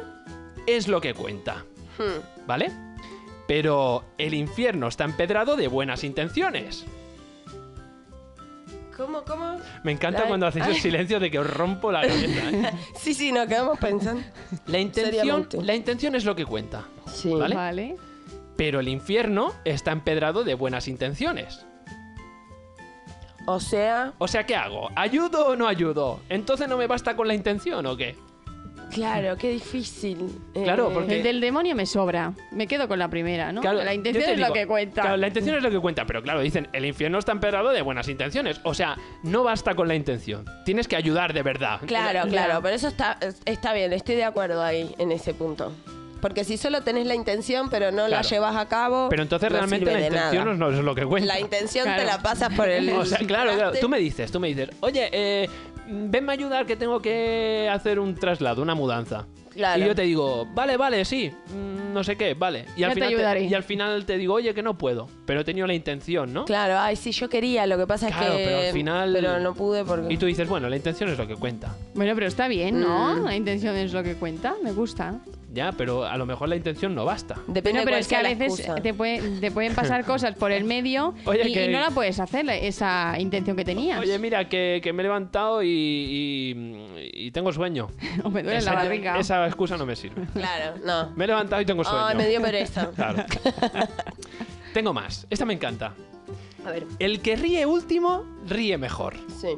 S1: es lo que cuenta,
S2: Hmm.
S1: ¿vale? Pero el infierno está empedrado de buenas intenciones.
S2: ¿Cómo, cómo?
S1: Me encanta
S2: Ay,
S1: cuando hacéis el
S2: ay.
S1: silencio de que os rompo la galleta. ¿eh?
S2: Sí, sí, nos quedamos pensando.
S1: La intención,
S2: Seriamente.
S1: la intención es lo que cuenta,
S2: Sí.
S1: ¿Vale?
S3: Vale.
S1: pero el infierno está empedrado de buenas intenciones.
S2: O sea,
S1: O sea, ¿qué hago? ¿Ayudo o no ayudo? ¿Entonces no me basta con la intención o qué?
S2: claro, qué difícil. eh,
S1: Claro, porque-
S3: El del demonio me sobra. Me quedo con la primera, ¿no?
S1: Claro,
S3: la
S1: yo
S3: intención
S1: te
S3: es
S1: digo,
S3: lo que cuenta.
S1: Claro, la intención es lo que cuenta, pero claro, dicen, el infierno está empedrado de buenas intenciones. O sea, no basta con la intención. Tienes que ayudar de verdad.
S2: Claro, claro, pero eso está, está bien, estoy de acuerdo ahí, en ese punto. Porque si solo tenés la intención, pero no la
S1: Claro.
S2: llevas a cabo.
S1: Pero entonces
S2: no
S1: realmente
S2: sirve
S1: la
S2: de
S1: intención
S2: nada.
S1: no es lo que cuenta.
S2: La intención te
S3: Claro.
S2: la pasas por el.
S1: O sea, claro, claro.
S2: traste.
S1: Tú me dices, tú me dices, oye, eh, venme a ayudar que tengo que hacer un traslado, una mudanza.
S2: Claro.
S1: Y yo te digo, vale, vale, sí, mm, no sé qué, vale. Y al,
S3: Ya te
S1: final
S3: ayudaré.
S1: y al final te digo, oye, que no puedo, pero he tenido la intención, ¿no?
S2: Claro, ay, sí, yo quería, lo que pasa
S1: Claro,
S2: es que.
S1: pero al final-
S2: Pero no pude porque.
S1: Y tú dices, bueno, la intención es lo que cuenta.
S3: Bueno, pero está bien, ¿no?
S2: Mm.
S3: La intención es lo que cuenta. Me gusta.
S1: Ya, pero a lo mejor la intención no basta.
S2: Depende
S3: Bueno,
S2: de
S3: pero
S2: cuál
S3: es que
S2: sea
S3: a
S2: la
S3: veces
S2: excusa.
S3: te, puede- te pueden pasar cosas por el medio
S1: Oye,
S3: y,
S1: que-
S3: y no la puedes hacer, la- esa intención que tenías.
S1: Oye, mira, que, que me he levantado y, y- y tengo sueño.
S3: o me duele
S1: esa,
S3: la barriga.
S1: esa excusa no me sirve.
S2: Claro, no.
S1: Me he levantado y tengo sueño.
S2: Ay, Ah, me dio pereza.
S1: Claro. tengo más. Esta me encanta.
S2: A ver,
S1: El que ríe último, ríe mejor.
S2: sí.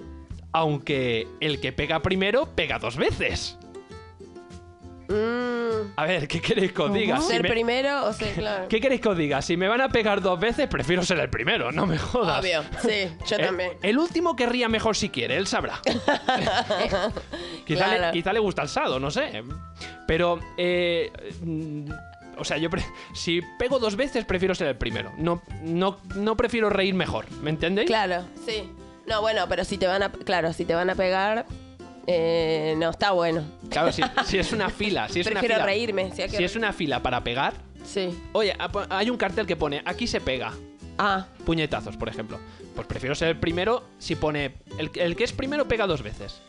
S1: Aunque el que pega primero, pega dos veces.
S2: Mm,
S1: A ver, ¿qué queréis que os diga? Si
S2: ¿Ser
S1: me-
S2: primero o ser claro?
S1: ¿Qué queréis que os diga? Si me van a pegar dos veces, prefiero ser el primero, no me jodas.
S2: Obvio. Sí, yo
S1: Eh,
S2: también.
S1: El, último que ría mejor si quiere, él sabrá. quizá, le,
S2: Claro.
S1: quizá le gusta el sado, no sé. Pero, eh, mm, o sea, yo pre- si pego dos veces, prefiero ser el primero. No, no, no prefiero reír mejor, ¿me entendéis?
S2: Claro, sí. No, bueno, pero si te van a. Claro, si te van a pegar. eh, no, está bueno.
S1: Claro, si, si es una fila, si es una
S2: Prefiero
S1: fila-
S2: reírme. Si, hay que
S1: Si es una fila para pegar,
S2: Sí.
S1: oye, ap- hay un cartel que pone aquí se pega,
S2: Ah,
S1: puñetazos, por ejemplo. Pues prefiero ser el primero si pone el, el que es primero pega dos veces.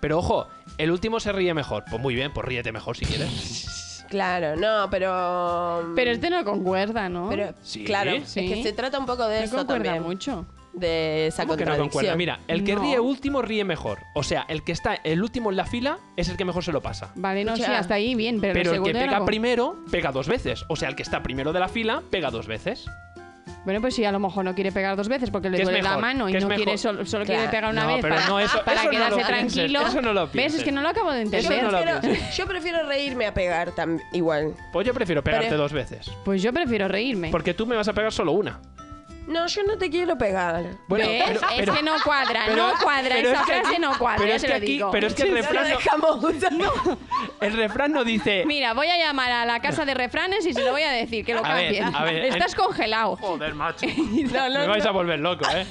S1: Pero ojo, el último se ríe mejor. Pues muy bien, pues ríete mejor si quieres.
S2: claro, no, pero. mm,
S3: Pero este no concuerda, ¿no?
S2: pero-
S1: Sí.
S2: claro,
S3: Sí.
S2: es que se trata un poco de
S3: no
S2: eso
S3: concuerda
S2: también.
S3: mucho.
S2: De esa
S1: ¿Cómo que no
S2: contradicción.
S1: concuerda? Mira, el que
S3: No.
S1: ríe último ríe mejor. O sea, el que está el último en la fila es el que mejor se lo pasa.
S3: Vale, no, sí,
S2: Escucha.
S3: hasta ahí bien, pero,
S1: Pero
S3: el
S1: el que
S3: segundo era
S1: pega
S3: como-
S1: primero pega dos veces. O sea, el que está primero de la fila pega dos veces.
S3: Bueno, pues sí, a lo mejor no quiere pegar dos veces porque le
S1: Que es
S3: duele la
S1: mejor,
S3: mano y
S1: que es
S3: no quiere
S1: mejor.
S3: solo, solo
S2: Claro.
S3: quiere pegar una
S1: No,
S3: vez
S1: pero
S3: para,
S1: no, eso-
S3: para
S1: eso no lo
S3: quedarse
S1: pienses,
S3: tranquilo.
S1: eso no lo
S3: ¿Ves? Es
S1: pienses.
S3: que no lo acabo de
S2: Yo
S3: entender.
S1: Eso no lo
S2: prefiero,
S1: pienses.
S2: yo prefiero reírme a pegar tam- igual.
S1: Pues yo prefiero pegarte
S2: Pero-
S1: dos veces.
S3: Pues yo prefiero reírme.
S1: Porque tú me vas a pegar solo una.
S2: No, yo no te quiero pegar.
S1: Bueno,
S3: ¿Ves?
S1: pero- pero-
S3: es que no cuadra,
S1: pero-
S3: no cuadra,
S1: pero
S3: esa
S1: es que
S3: frase
S1: aquí-
S3: no cuadra,
S1: pero
S3: ya
S1: es
S3: te
S1: que
S3: lo
S1: aquí-
S3: digo.
S1: pero es que el
S2: Ya lo
S1: refrán no-
S2: dejamos usar.
S1: el refrán no dice
S3: Mira, voy a llamar a la casa de refranes y se lo voy a decir, que lo
S1: A ver,
S3: cambien.
S1: a ver,
S3: Estás
S1: en-
S3: congelado.
S1: Joder, macho.
S3: No, no,
S1: Me vais
S3: no.
S1: a volver loco, ¿eh?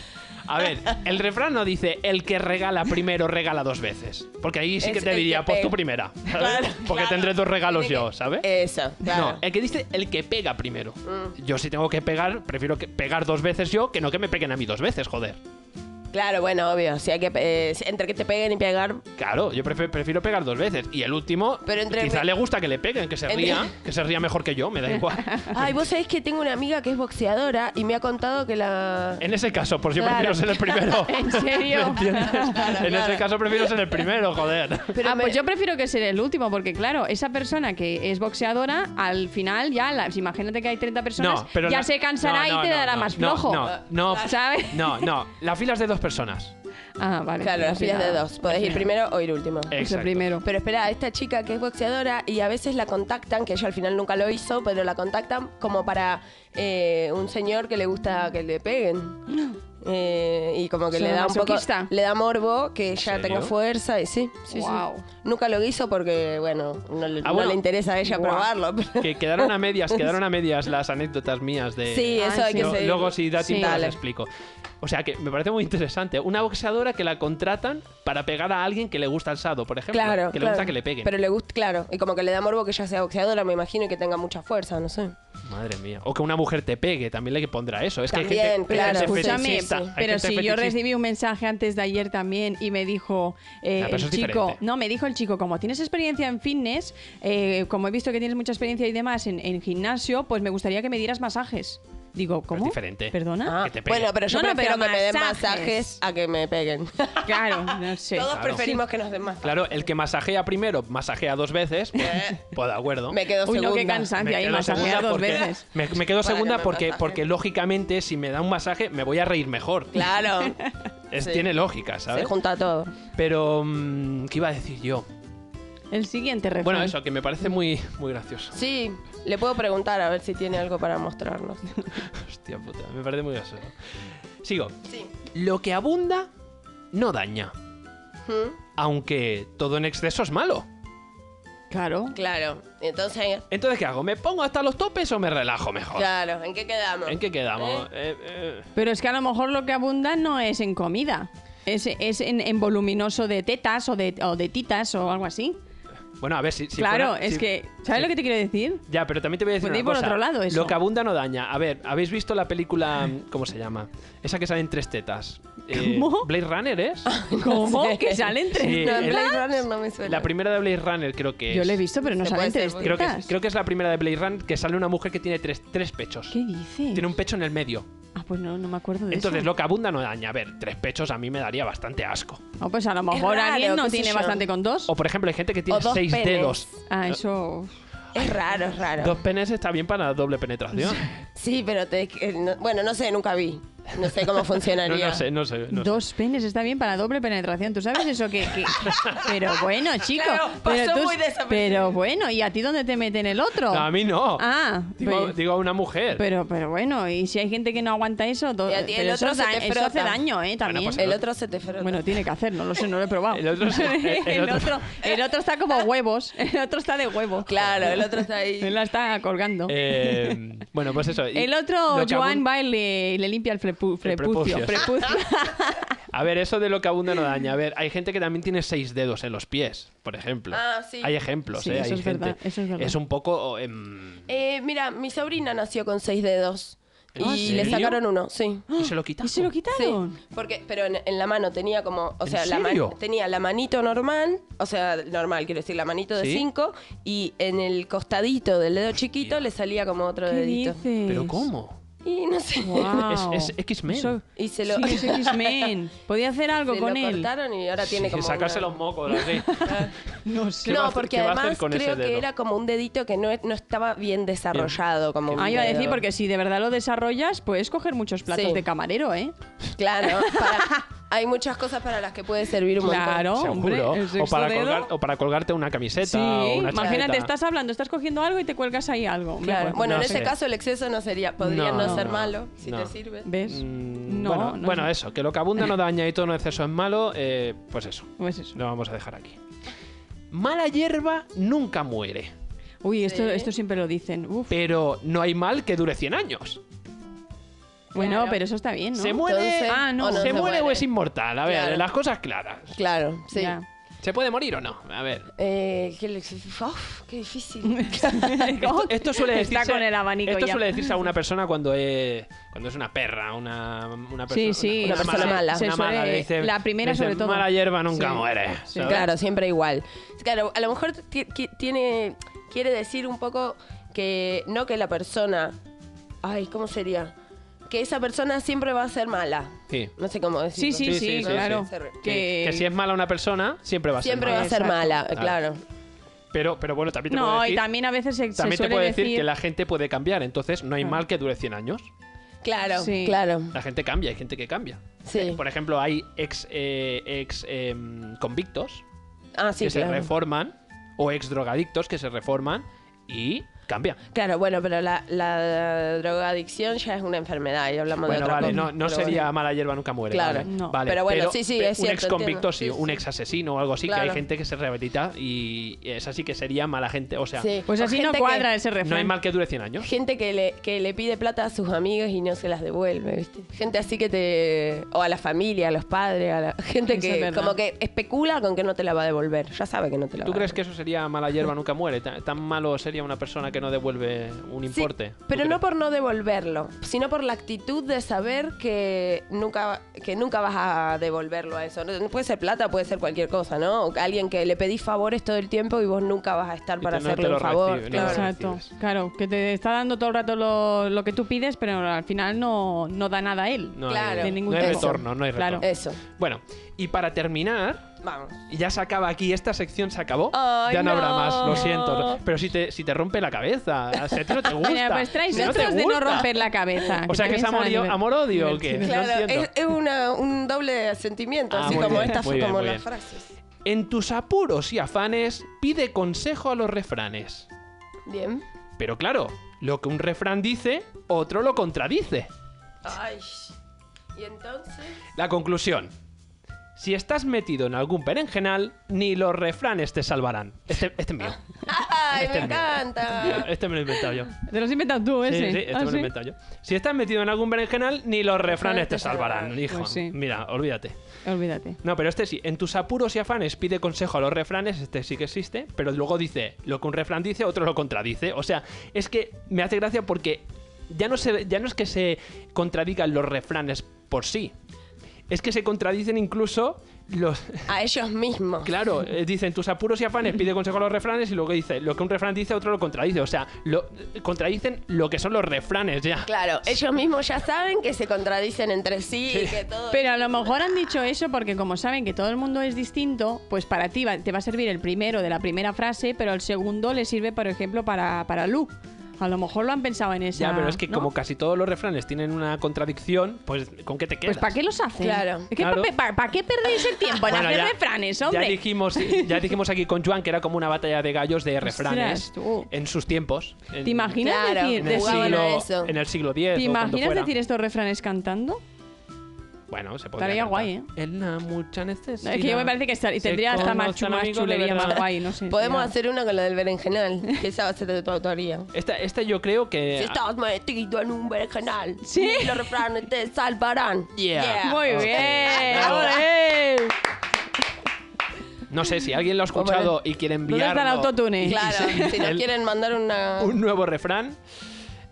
S1: A ver, el refrán no dice el que regala primero regala dos veces. Porque ahí sí
S2: Es
S1: que te
S2: el que
S1: diría, pues
S2: pega.
S1: tú primera. ¿sabes?
S2: Claro,
S1: Porque
S2: claro.
S1: tendré dos regalos
S2: Tiene que-
S1: yo, ¿sabes?
S2: Eso, claro. Mm.
S1: No, el que dice el que pega primero. Yo si tengo que pegar, prefiero que pegar dos veces yo que no que me peguen a mí dos veces, joder.
S2: Claro, bueno, obvio. Si hay que, eh, entre que te peguen y pegar,
S1: Claro, yo prefe- prefiero pegar dos veces. Y el último,
S2: Pero entre-
S1: quizá le gusta que le peguen, que se
S2: Entre-
S1: ría, que se ría mejor que yo, me da igual.
S2: Ay, vos sabés que tengo una amiga que es boxeadora y me ha contado que la.
S1: En ese caso, por si yo
S2: Claro.
S1: prefiero ser el primero.
S3: ¿En serio?
S1: ¿Me entiendes? en
S2: claro.
S1: ese caso prefiero ser el primero, joder.
S3: ah,
S2: me-
S3: pues yo prefiero que sea el último, porque claro, esa persona que es boxeadora, al final ya, las, imagínate que hay 30 personas,
S1: No, pero
S3: ya
S1: la-
S3: se cansará
S1: No, no,
S3: y te
S1: no,
S3: dará
S1: no,
S3: más
S1: no,
S3: flojo.
S1: No, no,
S3: ¿Sabes?
S1: no, no. La fila es de dos personas.
S3: Ah, vale.
S2: Claro, las filas de dos. Podés ir primero o ir último.
S1: Eh.
S3: Es el
S1: Exacto.
S3: primero.
S2: Pero espera, esta chica que es boxeadora y a veces la contactan, que ella al final nunca lo hizo, pero la contactan como para eh, un señor que le gusta que le peguen. Eh, y como que le da un poco.
S3: Sadomasoquista.
S2: Le da morbo que ella
S1: serio?
S2: tenga fuerza y sí. sí, sí.
S3: Guau.
S2: Nunca lo hizo porque, bueno, no, le-
S1: Ah,
S2: no
S1: bueno.
S2: le interesa a ella
S3: Guau.
S2: probarlo. pero-
S1: Que quedaron a medias, quedaron a medias las anécdotas mías de.
S2: Sí, eso
S3: Ah,
S2: hay
S3: sí.
S2: que
S1: Lo-
S2: seguir.
S1: luego si da
S3: Sí.
S1: tiempo las
S2: Dale.
S1: explico. O sea que me parece muy interesante. Una boxeadora que la contratan para pegar a alguien que le gusta el sado, por ejemplo.
S2: Claro.
S1: Que le
S2: claro.
S1: gusta que le peguen.
S2: Pero le gusta, claro. Y como que le da morbo que ella sea boxeadora, me imagino, y que tenga mucha fuerza, no sé.
S1: Madre mía. O que una mujer te pegue, también le pondrá eso. Es que hay
S2: También,
S1: gente,
S2: claro.
S1: hay gente
S3: Escúchame,
S1: fetichista, hay
S3: pero
S1: gente
S3: si yo
S1: fetichista.
S3: recibí un mensaje antes de ayer también y me dijo eh,
S1: Ah, pero eso
S3: el
S1: es
S3: chico,
S1: diferente.
S3: no, me dijo el chico, como tienes experiencia en fitness, eh, como he visto que tienes mucha experiencia y demás en, en gimnasio, pues me gustaría que me dieras masajes. Digo, ¿cómo?
S1: diferente.
S3: ¿Perdona?
S1: Ah. Que te peguen.
S2: bueno, pero yo
S3: No, no,
S2: prefiero
S3: pero
S2: que me den
S3: masajes.
S2: masajes a que me peguen.
S3: Claro, no sé.
S2: Todos
S1: Claro.
S2: preferimos que nos den masajes.
S1: Claro, el que masajea primero, masajea dos veces. Pues, pues de acuerdo.
S2: Me quedo
S3: Uy, no, qué
S2: segunda.
S1: Me
S3: cansancio ahí,
S1: quedo segunda
S3: masajear dos
S1: porque-
S3: veces.
S1: Me, me quedo
S2: Para que
S1: segunda
S2: me
S1: porque,
S2: masaje.
S1: porque lógicamente si me da un masaje me voy a reír mejor.
S2: Claro.
S1: Es-
S2: sí.
S1: Tiene lógica,
S2: Se
S1: ¿sabes?
S2: junta todo.
S1: Pero, mm, ¿qué iba a decir yo?
S3: El siguiente refrán.
S1: Bueno, eso, que me parece muy, muy gracioso.
S2: Sí, le puedo preguntar a ver si tiene algo para mostrarnos.
S1: Hostia puta, me parece muy gracioso. Sigo.
S2: Sí.
S1: Lo que abunda no daña.
S3: Hmm.
S1: Aunque todo en exceso es malo.
S3: Claro.
S2: Claro. Entonces,
S1: Entonces, ¿qué hago? ¿Me pongo hasta los topes o me relajo mejor?
S2: claro, ¿en qué quedamos?
S1: ¿En qué quedamos?
S2: ¿Eh?
S1: Eh, eh,
S3: Pero es que a lo mejor lo que abunda no es en comida. Es, es en, en voluminoso de tetas o de, o de titas o algo así.
S1: eh. Bueno, a ver si. si
S3: claro,
S1: fuera-
S3: es
S1: si-
S3: que. ¿Sabes
S1: si-
S3: lo que te quiero decir?
S1: Ya, pero también te voy a decir
S3: Pues di
S1: una
S3: por
S1: cosa.
S3: otro lado eso.
S1: Lo que abunda no daña. A ver, ¿habéis visto la película... mm, ¿Cómo se llama? Esa que sale en tres tetas. Eh,
S3: ¿Cómo? Ah,
S1: ¿Blade Runner es?
S3: ¿Cómo?
S2: sé.
S3: ¿Que salen tres
S1: Sí.
S2: No, en
S1: Eh,
S3: tetas?
S2: Blade Runner no me suena.
S1: La primera de Blade Runner creo que es.
S3: Yo lo he visto, pero no
S2: Se puede
S3: salen
S2: ser,
S3: tres
S2: puede
S1: Creo que,
S3: tetas.
S1: creo que es la primera de Blade Runner que sale una mujer que tiene tres, tres pechos.
S3: ¿Qué dices?
S1: Tiene un pecho en el medio.
S3: Ah, pues no, no me acuerdo de
S1: Entonces,
S3: eso.
S1: lo que abunda no daña. A ver, tres pechos a mí me daría bastante asco.
S3: Ah, pues a lo
S2: raro,
S3: mejor
S2: pues
S3: alguien no
S2: qué sé
S3: tiene
S2: yo.
S3: bastante con dos.
S1: O, por ejemplo, hay gente que tiene
S2: O dos
S1: seis
S2: penes.
S1: dedos.
S3: Ah, eso.
S2: Es raro, es raro.
S1: Dos penes está bien para la doble penetración.
S2: Sí, pero te, eh, no- bueno, no sé, nunca vi. No sé cómo
S1: No,
S2: funcionaría.
S1: no sé, no sé. no sé.
S3: Dos penes está bien para doble penetración, ¿tú sabes eso que, que- Pero bueno, chico,
S2: Claro,
S3: pero,
S2: pasó muy desapercibido.
S3: pero bueno, ¿y a ti dónde te meten el otro?
S1: No, a mí no.
S3: Ah,
S1: digo,
S3: pues-
S1: digo a una mujer.
S3: Pero, pero bueno, y si hay gente que no aguanta eso, do-
S2: Y a ti el
S3: pero eso,
S2: otro se
S3: da-
S2: te
S3: eso
S2: frota.
S3: hace daño, ¿eh? También.
S1: pues
S2: El otro se te frota.
S3: bueno, tiene que hacer, no lo sé, no lo he probado.
S1: El otro se- el- el
S3: El
S1: otro-
S3: otro- el otro está como huevos, el otro está de huevos.
S2: Claro, el otro está ahí.
S3: Él la está colgando.
S1: Eh, bueno, pues eso. y
S3: el otro,
S1: lo que
S3: Joan
S1: abun-
S3: va y le, le limpia el, frepu-
S1: El prepucio,
S3: prepucio.
S1: sí.
S3: prepucio.
S1: A ver, eso de lo que abunda no daña. A ver, hay gente que también tiene seis dedos en los pies, por ejemplo.
S2: Ah, sí.
S1: Hay ejemplos,
S3: Sí,
S1: ¿eh?
S3: eso
S1: Hay
S3: es verdad,
S1: gente-
S3: eso es verdad.
S1: un poco... em,
S2: Eh, mira, mi sobrina nació con seis dedos.
S1: Ah, ¿En
S2: Y le
S1: serio?
S2: sacaron uno, sí.
S1: ¿Y se lo quitaron?
S3: ¿Y se lo quitaron?
S2: Sí, porque, pero en, en la mano tenía como, o
S1: ¿En
S2: sea, la man-
S1: serio?
S2: tenía la manito normal, o sea, normal, quiero decir, la manito de
S1: Sí.
S2: cinco, y en el costadito del dedo chiquito le salía como otro
S3: ¿Qué
S2: dedito.
S3: dices?
S1: ¿Pero cómo?
S2: Y no sé.
S3: Guau.
S1: Es- es X-Men.
S3: Eso-
S2: Y se lo,
S3: Sí, es X-Men. Podía hacer algo
S2: se
S3: con
S2: lo
S3: él.
S2: cortaron y ahora tiene
S1: Sí,
S2: como.
S1: sacarse
S2: una-
S1: los mocos, así.
S3: Ah, No
S1: ¿Qué
S3: sé.
S1: va a
S2: No,
S1: hacer-
S2: porque
S1: qué va a hacer
S2: además
S1: con ese
S2: creo que
S1: dedo?
S2: era como un dedito que no, e-, no estaba bien desarrollado. Como un
S3: Ah, iba a
S2: dedo.
S3: decir, porque si de verdad lo desarrollas, puedes coger muchos platos
S2: Sí.
S3: de camarero, ¿eh?
S2: Claro, para- hay muchas cosas para las que puede servir un montón.
S3: Claro, hombre.
S1: Seguro.
S3: el
S1: O
S3: sexto
S1: para,
S3: dedo.
S1: colgar- o para colgarte una camiseta
S3: Sí,
S1: o una
S3: imagínate,
S1: chaqueta.
S3: estás hablando, estás cogiendo algo y te cuelgas ahí algo. Hombre,
S2: Claro.
S3: pues,
S2: Bueno,
S1: no
S2: en ese
S1: sé.
S2: caso el exceso no sería, podría
S1: No,
S2: no, ser
S1: no,
S2: malo, si
S1: no.
S2: te sirve.
S3: ¿Ves?
S1: Mm,
S3: no,
S1: bueno,
S3: no
S1: bueno,
S3: sé.
S1: eso, que lo que abunda no daña y todo en exceso es malo, eh, pues eso,
S3: Pues eso.
S1: lo vamos a dejar aquí. Mala hierba nunca muere,
S3: Uy, esto,
S2: Sí.
S3: esto siempre lo dicen. Uf.
S1: pero no hay mal que dure 100 años.
S3: bueno,
S2: Claro.
S3: pero eso está bien, ¿no?
S1: Se muere,
S2: Entonces,
S3: Ah, no.
S2: o
S1: se,
S2: se
S1: muere o
S2: muere.
S1: es inmortal, a ver,
S2: Claro.
S1: las cosas claras.
S2: Claro, sí.
S3: Ya.
S1: ¿Se puede morir o no? A ver.
S2: Eh, ¿qué, le- uf, qué difícil.
S3: Oh,
S1: Esto, esto suele
S3: Está
S1: decirse,
S3: con el abanico
S1: esto
S3: ya.
S1: suele decirse a una persona cuando es, cuando es una perra, una, una persona,
S3: Sí, sí,
S1: una,
S2: una persona mala.
S3: Se
S1: una mala,
S3: suele-
S1: le dicen-
S3: la primera
S1: le dicen,
S3: sobre todo.
S1: Mala hierba nunca
S3: Sí.
S1: muere.
S3: Sí.
S1: ¿sabes?
S2: Claro, siempre igual. Claro, a lo mejor ti- qui- tiene quiere decir un poco que no que la persona, ay, ¿cómo sería? Que esa persona siempre va a ser mala.
S1: Sí.
S2: No sé cómo
S3: Sí,
S2: decirlo.
S3: sí,
S1: Sí,
S3: sí,
S1: sí, sí,
S3: claro.
S2: sí.
S1: Que, que si es mala una persona, siempre va a
S2: Siempre
S1: ser
S2: va
S1: mala.
S2: a ser
S3: Exacto.
S2: mala,
S1: Claro.
S2: claro.
S1: Pero, pero bueno, también te puedo
S3: No,
S1: decir,
S3: y también a veces se, se
S1: también te
S3: suele
S1: puedo decir, que la gente puede cambiar. Entonces,
S2: Ah.
S1: no hay mal que dure 100 años.
S2: Claro,
S3: Sí.
S2: claro.
S1: La gente cambia, hay gente que cambia.
S2: Sí.
S1: Por ejemplo, hay ex, eh, ex em, convictos
S2: Ah, sí,
S1: que se
S2: claro.
S1: reforman o ex drogadictos que se reforman y cambia.
S2: Claro, bueno, pero la, la drogadicción ya es una enfermedad y hablamos de
S1: Bueno,
S2: otra
S1: vale,
S2: cosa.
S1: no, no
S2: Pero
S1: sería
S2: bueno.
S1: mala hierba nunca muere.
S2: Claro.
S1: vale,
S3: No.
S1: vale,
S2: Pero bueno, sí, sí, es
S1: Un
S2: cierto,
S1: ex convicto,
S2: entiendo.
S1: sí,
S2: Sí,
S1: un
S2: sí.
S1: ex asesino o algo así, que
S2: Claro.
S1: hay gente que se rehabilita y esa sí que sería mala gente. O sea,
S2: Sí.
S3: Pues
S2: O
S3: así no
S2: gente
S3: cuadra
S2: que-
S3: ese refrán.
S1: no hay mal que dure 100 años.
S2: Gente que le, que le pide plata a sus amigos y no se las devuelve, ¿viste? Gente así que te... O a la familia, a los padres, a la gente
S3: Eso es
S2: que
S3: verdad.
S2: como que especula con que no te la va a devolver. Ya sabe que no te la
S1: ¿Tú
S2: va a
S1: crees que eso sería mala hierba nunca muere? ¿Tan, tan malo sería una persona que no devuelve un
S2: Sí,
S1: importe? ¿Tú
S2: pero
S1: crees?
S2: no por no devolverlo, sino por la actitud de saber que nunca, que nunca vas a devolverlo a eso. No- Puede ser plata, puede ser cualquier cosa, ¿no? O Alguien que le pedís favores todo el tiempo y vos nunca vas a estar
S1: Y
S2: para
S1: te- no te
S2: hacerle
S1: lo
S2: un favor.
S1: recibe, no lo
S2: claro.
S1: recibe.
S3: Exacto,
S1: recibes.
S3: claro, que te está dando todo el rato lo, lo que tú pides, pero al final no, no da nada a él.
S1: No
S2: Claro. Eh,
S1: hay,
S3: De ningún
S1: no hay
S3: tipo.
S1: retorno, no hay
S3: Claro.
S1: retorno.
S2: Eso,
S1: Bueno, y para terminar,
S2: vamos.
S1: ya se acaba aquí, esta sección se acabó.
S2: Ay,
S1: ya no, habrá
S2: no.
S1: más, lo siento. Pero si te, si te rompe la cabeza, si a ti no te gusta.
S3: Mira, pues traes
S1: si no te
S3: otros de no
S1: gusta.
S3: romper la cabeza.
S1: O sea, que es
S3: también
S1: amorío-
S3: son diver-
S1: amor-odio, ¿o qué? Lo
S3: divertidos.
S2: Claro,
S1: siento.
S2: es, es una- un doble sentimiento,
S1: Ah,
S2: así
S1: muy
S2: como
S1: bien,
S2: esta
S1: muy bien,
S2: como
S1: muy
S2: las
S1: bien.
S2: frases.
S1: En tus apuros y afanes, pide consejo a los refranes.
S2: Bien.
S1: Pero claro, lo que un refrán dice, otro lo contradice.
S2: Ay. Y entonces.
S1: La conclusión. Si estás metido en algún berenjenal, ni los refranes te salvarán. Este, este es mío.
S2: ¡Ay,
S1: Este
S2: me
S1: es mío.
S2: encanta!
S1: Este me lo he inventado yo.
S3: Te los has inventado tú,
S1: Sí,
S3: ese.
S1: sí, este
S3: Ah,
S1: me lo he
S3: ¿sí? este
S1: inventado yo. Si estás metido en algún berenjenal, ni los refranes te
S2: te
S1: salvarán, hijo.
S3: Pues sí.
S1: Mira, olvídate.
S3: Olvídate.
S1: No, pero este sí. En tus apuros y afanes pide consejo a los refranes, este sí que existe, pero luego dice lo que un refrán dice, otro lo contradice. O sea, es que me hace gracia porque ya no, se, ya no es que se contradigan los refranes por sí, es que se contradicen incluso los...
S2: A ellos mismos.
S1: Claro, eh, dicen tus apuros y afanes, pide consejo a los refranes y luego dice lo que un refrán dice, otro lo contradice. O sea, lo, eh, contradicen lo que son los refranes ya.
S2: Claro, ellos mismos ya saben que se contradicen entre sí, y que todo.
S3: Pero a lo mejor han dicho eso porque como saben que todo el mundo es distinto, pues para ti va- te va a servir el primero de la primera frase, pero el segundo le sirve, por ejemplo, para, para Lu. A lo mejor lo han pensado en esa.
S1: Ya, pero es que
S3: ¿no?
S1: como casi todos los refranes tienen una contradicción, pues ¿con qué te quedas?
S3: Pues ¿para qué los hacen?
S2: Claro.
S3: Es que
S1: Claro.
S3: ¿Para qué perdéis el tiempo en
S1: Bueno,
S3: hacer
S1: ya-
S3: refranes,
S1: Ya
S3: hombre?
S1: dijimos, ya dijimos aquí con Juan que era como una batalla de gallos de refranes
S3: tú.
S1: en sus tiempos. En,
S3: ¿Te imaginas
S2: Claro,
S3: decir,
S1: en el,
S2: jugaban
S3: decir-
S2: a
S1: siglo,
S2: eso.
S1: en el siglo X.
S3: ¿te
S1: o cuando
S3: imaginas
S1: fuera.
S3: decir estos refranes cantando?
S1: Bueno, se podría.
S3: Estaría
S1: cantar.
S3: guay, ¿eh?
S1: Es la mucha necesidad.
S3: es que yo me parece que estar-
S1: Se
S3: tendría hasta más,
S1: conocen
S3: chu- más
S1: amigos de
S3: chulería,
S1: verdad.
S3: más guay, no sé.
S2: Podemos
S3: ya.
S2: hacer uno con lo del berenjenal, que esa va a ser de tu autoría.
S1: Esta, esta yo creo que.
S2: Si estás metido en un berenjenal,
S3: Sí.
S2: los refranes te salvarán.
S1: Yeah.
S3: Muy
S1: Ok.
S3: bien.
S1: Bravo.
S3: ¡Ole!
S1: No sé si alguien lo ha escuchado y quiere
S3: ¿Dónde
S1: enviar.
S3: está el autotune?
S2: Claro, si nos
S1: El-
S2: quieren mandar una.
S1: Un nuevo refrán.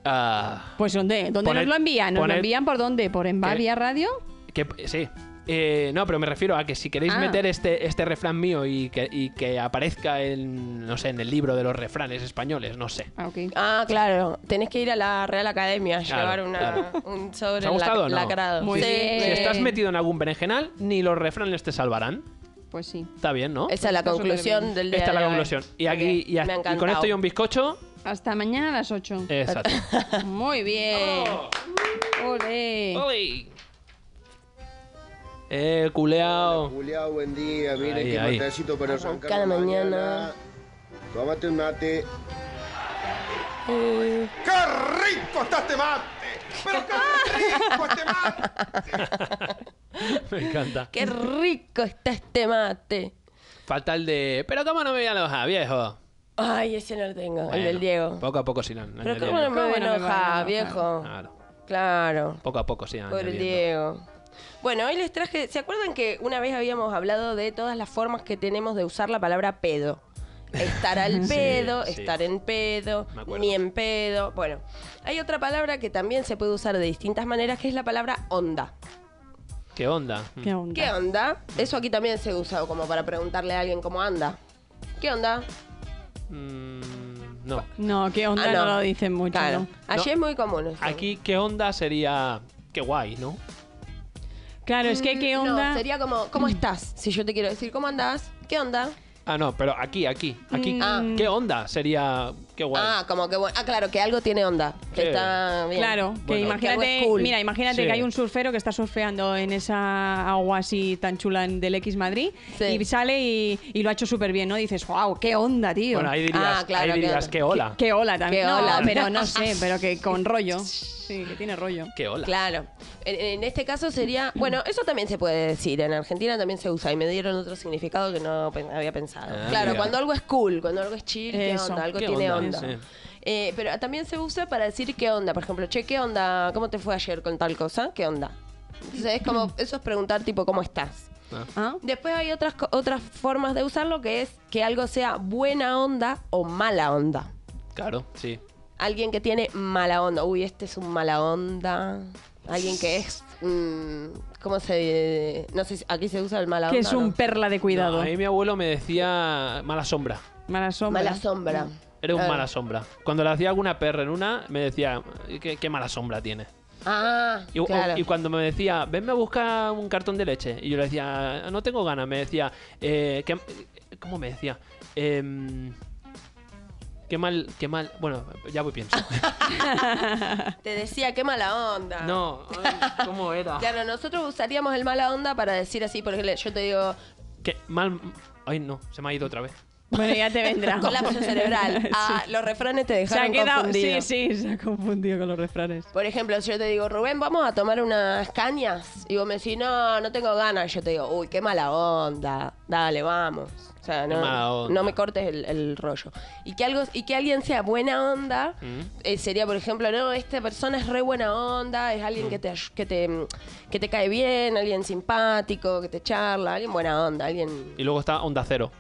S1: ah,
S3: Pues ¿dónde? ¿Dónde
S1: Poned-
S3: nos lo envían? ¿Nos
S1: poned-
S3: lo envían por dónde? ¿Por Envavia Radio?
S1: Que, sí. Eh, no, pero me refiero a que si queréis
S3: Ah.
S1: meter este, este refrán mío y que, y que aparezca en, no sé, en el libro de los refranes españoles, no sé.
S3: Ah, ok.
S2: Ah, claro, tenés que ir a la Real Academia a
S1: Claro,
S2: llevar una,
S1: claro.
S2: un sobre
S1: ¿Os ha gustado
S2: lac-
S1: o no?
S2: lacrado.
S3: Muy
S2: Sí.
S3: bien.
S1: Si estás
S3: Eh.
S1: metido en algún berenjenal, ni los refranes te salvarán.
S3: Pues sí.
S1: Está bien, ¿no?
S2: Esa es la
S3: Está súper
S2: conclusión
S3: bien.
S2: del día
S1: Esta es
S2: de
S1: la
S2: hoy.
S1: conclusión. Y aquí
S2: Ok,
S1: y, a-
S2: me ha
S1: y con
S2: encantado.
S1: esto y un bizcocho.
S3: Hasta mañana a las 8.
S1: Exacto.
S3: Muy bien. Ole.
S1: Ole. Eh, culeao.
S6: Julián, buen día. Mira
S1: Ahí,
S6: qué
S1: ahí.
S6: matecito para arrancar
S2: Arrancar
S6: la
S2: la mañana.
S6: Tómate un mate.
S5: ¡Qué rico está este mate! ¡Pero qué rico este mate!
S1: Me encanta.
S2: Qué rico está este mate.
S1: Falta el de. Pero cómo no me voy a enojar, viejo.
S2: Ay, ese no lo tengo, el
S1: Bueno,
S2: del Diego.
S1: Poco a poco sí lo han
S2: Pero
S1: añadido.
S2: cómo no me voy a
S3: ¿Cómo no me voy a
S2: enojar,
S3: enojar?
S2: viejo.
S1: Claro.
S2: Claro.
S1: Poco a poco sí han
S2: Por el
S1: añadido.
S2: Diego. Bueno, hoy les traje. ¿Se acuerdan que una vez habíamos hablado de todas las formas que tenemos de usar la palabra pedo? Estar al pedo,
S1: sí.
S2: estar en pedo,
S1: Me acuerdo.
S2: ni en pedo. Bueno, hay otra palabra que también se puede usar de distintas maneras, que es la palabra onda.
S1: ¿Qué onda? Mm.
S3: ¿Qué onda?
S2: ¿Qué onda? Eso aquí también se usa como para preguntarle a alguien cómo anda. ¿Qué onda?
S1: Mm, no.
S3: No, qué onda
S2: Ah,
S3: no. lo dicen mucho.
S2: Claro.
S3: ¿no?
S2: Allí
S1: No.
S2: es muy común. eso.
S1: Aquí, ¿qué onda sería. Qué guay, ¿no?
S3: Claro, es que qué
S2: Mm, No,
S3: onda.
S2: sería como, ¿cómo estás? Si yo te quiero decir, ¿cómo andás? ¿Qué onda?
S1: Ah, no, pero aquí, aquí. Aquí,
S2: Ah.
S1: ¿qué onda sería. Qué guay.
S2: Ah, como que bueno. Ah, claro, que algo tiene onda. Que
S1: Sí.
S2: está bien.
S3: Claro, que
S1: Bueno.
S2: Que
S3: imagínate,
S2: algo es cool.
S3: mira, imagínate
S1: Sí.
S3: que hay un surfero que está surfeando en esa agua así tan chula en- del X Madrid
S2: Sí.
S3: y sale y, y lo ha hecho súper bien, ¿no? Dices, wow, qué onda, tío.
S1: bueno, ahí dirías,
S2: Ah, claro,
S1: ahí dirías
S2: claro.
S1: qué hola.
S3: Qué ola también.
S2: Qué
S3: no,
S2: ola.
S3: pero no sé, pero que con rollo. Sí, que tiene rollo.
S1: Qué hola.
S2: Claro. En, en este caso sería. Bueno, eso también se puede decir. En Argentina también se usa. Y me dieron otro significado que no pe- había pensado.
S1: Ah,
S2: claro,
S1: mira.
S2: cuando algo es cool, cuando algo es chill, ¿qué
S3: Eso.
S2: onda? Algo
S1: ¿Qué
S2: tiene
S1: onda?
S2: onda.
S1: Sí.
S2: Eh, pero también se usa para decir qué onda. Por ejemplo, che, ¿qué onda? ¿Cómo te fue ayer con tal cosa? ¿Qué onda? Entonces es como. Eso es preguntar, tipo, ¿cómo estás?
S3: ¿Ah?
S2: Después hay otras, co- otras formas de usarlo que es que algo sea buena onda o mala onda.
S1: Claro, sí.
S2: Alguien que tiene mala onda. Uy, este es un mala onda. Alguien que es. mm, ¿Cómo se.? No sé, si- aquí se usa el mala onda.
S3: Que es un
S2: ¿no?
S3: perla de
S1: No,
S3: cuidado.
S1: a mí mi abuelo me decía mala sombra.
S3: Mala sombra.
S2: Mala sombra.
S3: Mm.
S1: Era un
S2: Claro.
S1: mala sombra. Cuando le hacía alguna perra en una, me decía, qué, qué mala sombra tiene.
S2: Ah,
S1: Y, o-
S2: claro.
S1: y cuando me decía, venme a buscar un cartón de leche. Y yo le decía, no tengo ganas. Me decía, "Eh, ¿qué- ¿cómo me decía? Em, qué mal, qué mal. Bueno, ya voy pienso.
S2: Te decía, qué mala onda.
S1: no, ay, ¿cómo era?
S2: Claro, nosotros usaríamos el mala onda para decir así, por ejemplo, yo te digo,
S1: Qué mal. Ay, no, se me ha ido otra vez.
S3: Bueno, ya te vendrá.
S2: colapso cerebral. Ah, los refranes te
S3: Se ha
S2: dejaron
S3: quedado.
S2: confundido.
S3: Sí, sí, se ha confundido con los refranes.
S2: Por ejemplo, si yo te digo, Rubén, vamos a tomar unas cañas. Y vos me decís, no, no tengo ganas. Y yo te digo, uy, qué mala onda. Dale, vamos. O sea,
S1: Qué mala
S2: no,
S1: onda.
S2: no me cortes el, el rollo. Y que, algo, y que alguien sea buena onda
S1: Mm.
S2: eh, sería, por ejemplo, no, esta persona es re buena onda, es alguien que,
S1: Mm.
S2: te, ayu- que, te, que te cae bien, alguien simpático, que te charla, alguien buena onda, alguien...
S1: Y luego está Onda Cero.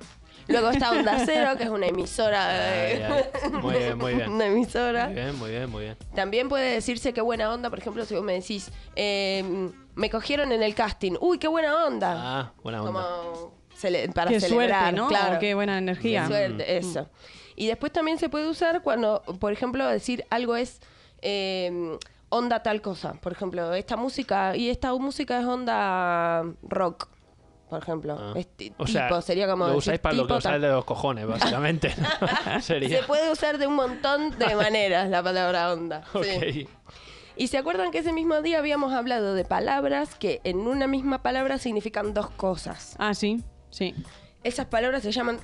S2: Luego está Onda Cero, que es una emisora...
S1: Ay,
S2: eh,
S1: ay. Muy bien, muy bien.
S2: Una emisora.
S1: Muy bien, muy bien, muy bien.
S2: También puede decirse qué buena onda, por ejemplo, si vos me decís, eh, me cogieron en el casting, uy, qué buena onda.
S1: Ah, buena onda.
S2: Como cele- para
S3: Qué
S2: celebrar,
S3: suerte, ¿no?
S2: claro.
S3: Qué buena
S2: Qué
S3: energía.
S2: suerte,
S1: Mm.
S2: eso. Y después también se puede usar cuando, por ejemplo, decir algo es eh, onda tal cosa. Por ejemplo, esta música, y esta música es onda rock. Por ejemplo,
S1: Ah.
S2: Este
S1: o sea,
S2: tipo, sería como
S1: lo
S2: decir
S1: usáis para lo que
S2: tipo
S1: os sale
S2: tal.
S1: de los cojones, básicamente. ¿no? Sería.
S2: Se puede usar de un montón de maneras la palabra onda. sí.
S1: Ok.
S2: Y se acuerdan que ese mismo día habíamos hablado de palabras que en una misma palabra significan dos cosas.
S3: Ah, sí, sí.
S2: Esas palabras se llaman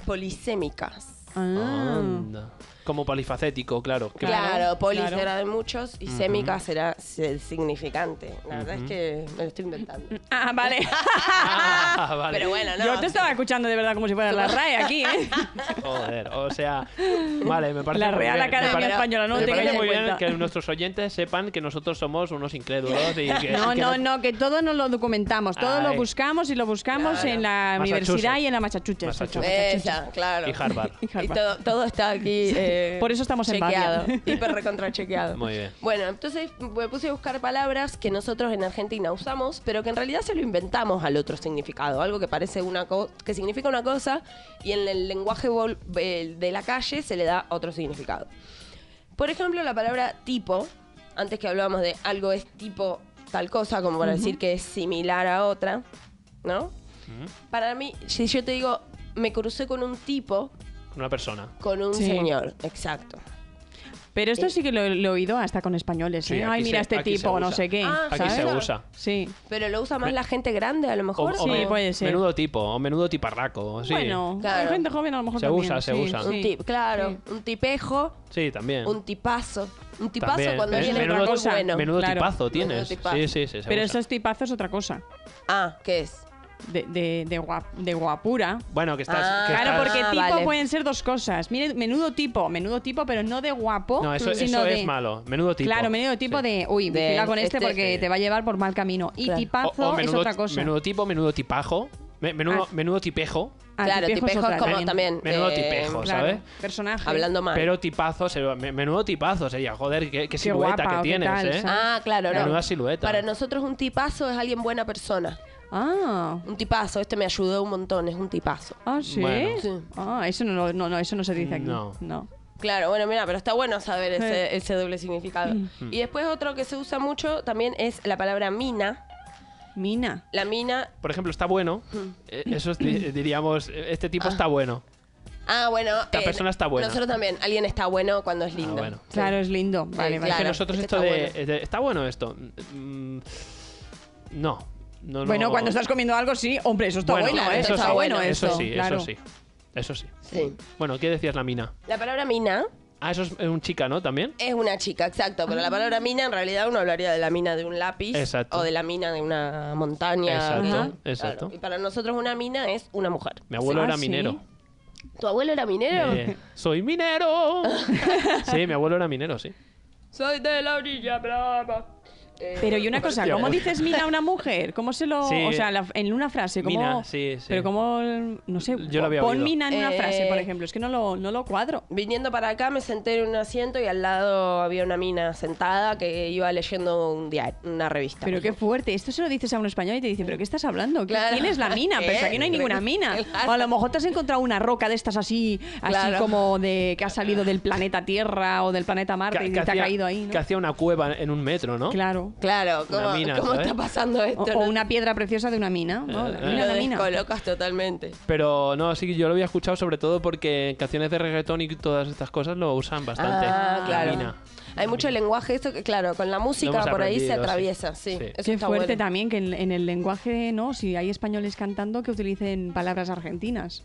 S2: polisémicas.
S3: Ah.
S1: Anda. Como polifacético, claro. que-
S3: Claro,
S2: Claro, polis
S3: claro.
S2: será de muchos y sémica será el significante. La verdad es que me lo estoy inventando.
S3: Ah, vale.
S1: Ah, vale.
S2: Pero bueno, no.
S3: Yo te estaba escuchando de verdad como si fuera la RAE aquí, ¿eh?
S1: Joder, o sea, vale, me parece
S3: La
S1: muy
S3: Real
S1: bien.
S3: Academia
S1: me pare-
S3: Española, no
S1: me
S3: te
S1: parece
S3: caigas
S1: muy
S3: en
S1: bien
S3: cuenta.
S1: que nuestros oyentes sepan que nosotros somos unos incrédulos y que
S3: No,
S1: que
S3: no, no, que todo nos lo documentamos, todo lo
S1: Ay.
S3: buscamos y lo buscamos
S2: Claro.
S3: en la
S1: Massachusetts.
S3: universidad y en la Massachusetts.
S1: Massachusetts.
S2: Esa, claro.
S1: y Harvard.
S2: Y todo, todo está aquí. eh,
S3: Por eso estamos en
S2: chequeado,
S3: Bavia.
S2: Hiper recontrachequeado.
S1: Muy bien.
S2: Bueno, entonces me puse a buscar palabras que nosotros en Argentina usamos, pero que en realidad se lo inventamos al otro significado. Algo que parece una cosa, que significa una cosa y en el lenguaje vol- eh, de la calle se le da otro significado. Por ejemplo, la palabra tipo, antes que hablábamos de algo es tipo tal cosa, como para decir que es similar a otra, ¿no? Para mí, si yo te digo, me crucé con un tipo,
S1: Una persona.
S2: con un
S3: Sí.
S2: señor, exacto.
S3: Pero esto sí que lo, lo he oído hasta con españoles.
S1: Sí,
S3: ¿eh?
S1: aquí
S3: Ay, mira
S1: se-
S3: este
S1: aquí se
S3: tipo, no
S1: usa.
S3: sé qué.
S2: Ah,
S1: Aquí
S2: ¿sabes?
S1: se usa.
S3: Sí,
S2: Pero lo usa más la gente grande, a lo
S1: O-
S2: mejor.
S1: o
S3: Sí,
S1: men-
S3: puede ser.
S1: Menudo tipo, o menudo tiparraco. Sí.
S3: bueno,
S2: Claro.
S3: hay gente joven a lo mejor
S1: Se
S3: también,
S1: usa, se
S3: sí,
S1: usa.
S3: sí.
S2: Un tip, claro, un tipejo,
S1: Sí, también.
S2: un tipazo. Un tipazo
S1: También.
S2: cuando
S1: Eh,
S2: viene
S1: menudo,
S2: algo bueno.
S1: menudo
S3: claro.
S1: tipazo tienes.
S2: Menudo tipazo.
S1: Sí, sí, sí. se
S3: Pero
S1: usa.
S3: esos tipazos es otra cosa.
S2: Ah, ¿qué es?
S3: De, de, de, guap- de guapura.
S1: Bueno, que estás.
S2: Ah,
S1: que
S3: Claro,
S1: estás-
S3: porque
S2: Ah,
S3: tipo
S2: vale.
S3: pueden ser dos cosas. Mire, menudo tipo, menudo tipo, pero no de guapo,
S1: No, eso,
S3: sino
S1: eso
S3: de...
S1: es malo. Menudo tipo.
S3: Claro, menudo tipo
S1: Sí.
S3: de, uy,
S2: De
S3: vigila con este,
S2: este-
S3: porque
S1: Sí.
S3: te va a llevar por mal camino. Y
S2: Claro.
S1: O-
S3: tipazo
S1: o menudo,
S3: es otra cosa.
S1: menudo tipo, menudo tipajo. me- menudo,
S3: Ah.
S1: menudo tipejo.
S3: Ah,
S2: claro,
S3: tipejo
S2: tipejo,
S3: es otra
S2: es como
S3: también.
S2: también.
S1: Menudo
S2: eh,
S1: tipejo,
S3: Claro,
S1: ¿sabes?
S3: Personaje.
S2: Hablando mal.
S1: Pero tipazo, se- me- menudo tipazo sería. Joder, qué, qué silueta
S3: guapa, o
S1: que
S3: qué
S1: tienes,
S3: tal,
S1: ¿eh?
S3: ¿sabes?
S2: Ah, claro, no.
S1: Menuda silueta.
S2: Para nosotros un tipazo es alguien buena persona.
S3: Ah,
S2: Un tipazo, este me ayudó un montón, es un tipazo.
S3: ah, sí.
S1: Bueno.
S2: Sí.
S3: Ah, eso no, lo- no, no, eso no se dice aquí.
S1: No.
S3: no.
S2: Claro, bueno, mira, pero está bueno saber ese, ese doble significado.
S1: Mm.
S2: Y después otro que se usa mucho también es la palabra mina.
S3: Mina.
S2: La mina
S3: Hmm.
S1: Por ejemplo, está bueno. eh, Eso es- di- diríamos, eh, este tipo está bueno.
S2: Ah, bueno.
S1: Esta persona está buena. Ah,
S2: Nosotros también. Alguien está bueno cuando es lindo.
S1: bueno.
S2: Sí.
S3: Claro, es lindo. Vale,
S2: Sí,
S3: vale.
S1: Es que
S2: claro.
S1: nosotros
S2: este
S1: esto
S2: está
S1: de,
S2: bueno.
S1: de- ¿Está bueno esto? Mm, no. no, no.
S3: Bueno, cuando estás comiendo algo, sí. Hombre, eso está
S1: Bueno,
S3: bueno, ¿eh?
S1: eso
S3: está
S1: sí,
S3: bueno
S1: Eso
S3: esto,
S1: sí,
S3: claro.
S1: eso sí. Eso sí.
S2: Sí.
S1: Bueno, ¿qué decías la mina?
S2: La palabra mina
S1: Ah, eso es eh, un chica, ¿no? También.
S2: es una chica, exacto.
S3: Ah.
S2: Pero la palabra mina, en realidad, uno hablaría de la mina de un lápiz.
S1: Exacto.
S2: O de la mina de una montaña.
S1: Exacto,
S2: Ajá.
S1: exacto.
S2: Y para nosotros, una mina es una mujer.
S1: Mi abuelo
S3: Ah,
S1: era
S3: ¿sí?
S1: minero.
S2: ¿Tu abuelo era minero?
S1: Eh, ¡Soy minero! sí, mi abuelo era minero, sí.
S2: Soy de la orilla brava. Eh,
S3: Pero y una cosa,
S1: Hostia,
S3: ¿cómo
S1: bueno.
S3: dices mina a una mujer? ¿Cómo se lo...?
S1: Sí.
S3: O sea, la- en una frase, ¿cómo...?
S1: Mina, sí, sí.
S3: Pero cómo... el- No sé,
S1: Yo lo había
S3: pon
S1: oído.
S3: mina en una
S2: Eh.
S3: frase, por ejemplo. Es que no lo, no lo cuadro.
S2: Viniendo para acá me senté en un asiento y al lado había una mina sentada que iba leyendo un diario, una revista.
S3: Pero qué fuerte. Esto se lo dices a un español y te dice, ¿pero qué estás hablando? ¿Qué-
S2: Claro.
S3: ¿Quién es la mina?
S2: ¿Qué?
S3: Pero si aquí no hay ninguna mina.
S2: Claro.
S3: O a lo mejor te has encontrado una roca de estas así, así
S2: Claro.
S3: como de que ha salido del planeta Tierra o del planeta Marte
S1: Que- que
S3: y te ha
S1: hacía-
S3: caído ahí, ¿no?
S1: Que hacía una cueva en un metro, ¿no?
S3: Claro.
S2: Claro, ¿cómo,
S1: Una mina,
S2: cómo
S1: ¿sabes?
S2: está pasando
S3: O,
S2: esto?
S3: o
S2: No-
S3: una piedra preciosa de una mina. ¿no? La
S1: Eh,
S2: lo
S3: mina, la mina.
S2: descolocas totalmente.
S1: Pero no, sí, yo lo había escuchado sobre todo porque en canciones de reggaetón y todas estas cosas lo usan bastante.
S2: Ah,
S1: La
S2: claro.
S1: mina.
S2: Hay mucho lenguaje, eso que, claro, con la
S1: Lo
S2: música
S1: hemos
S2: por ahí se
S1: aprendido, sí.
S2: atraviesa, sí.
S1: Sí.
S2: Eso
S3: Qué
S2: está
S3: fuerte
S2: bueno.
S3: también que en, en el lenguaje, ¿no? Si hay españoles cantando que utilicen palabras argentinas.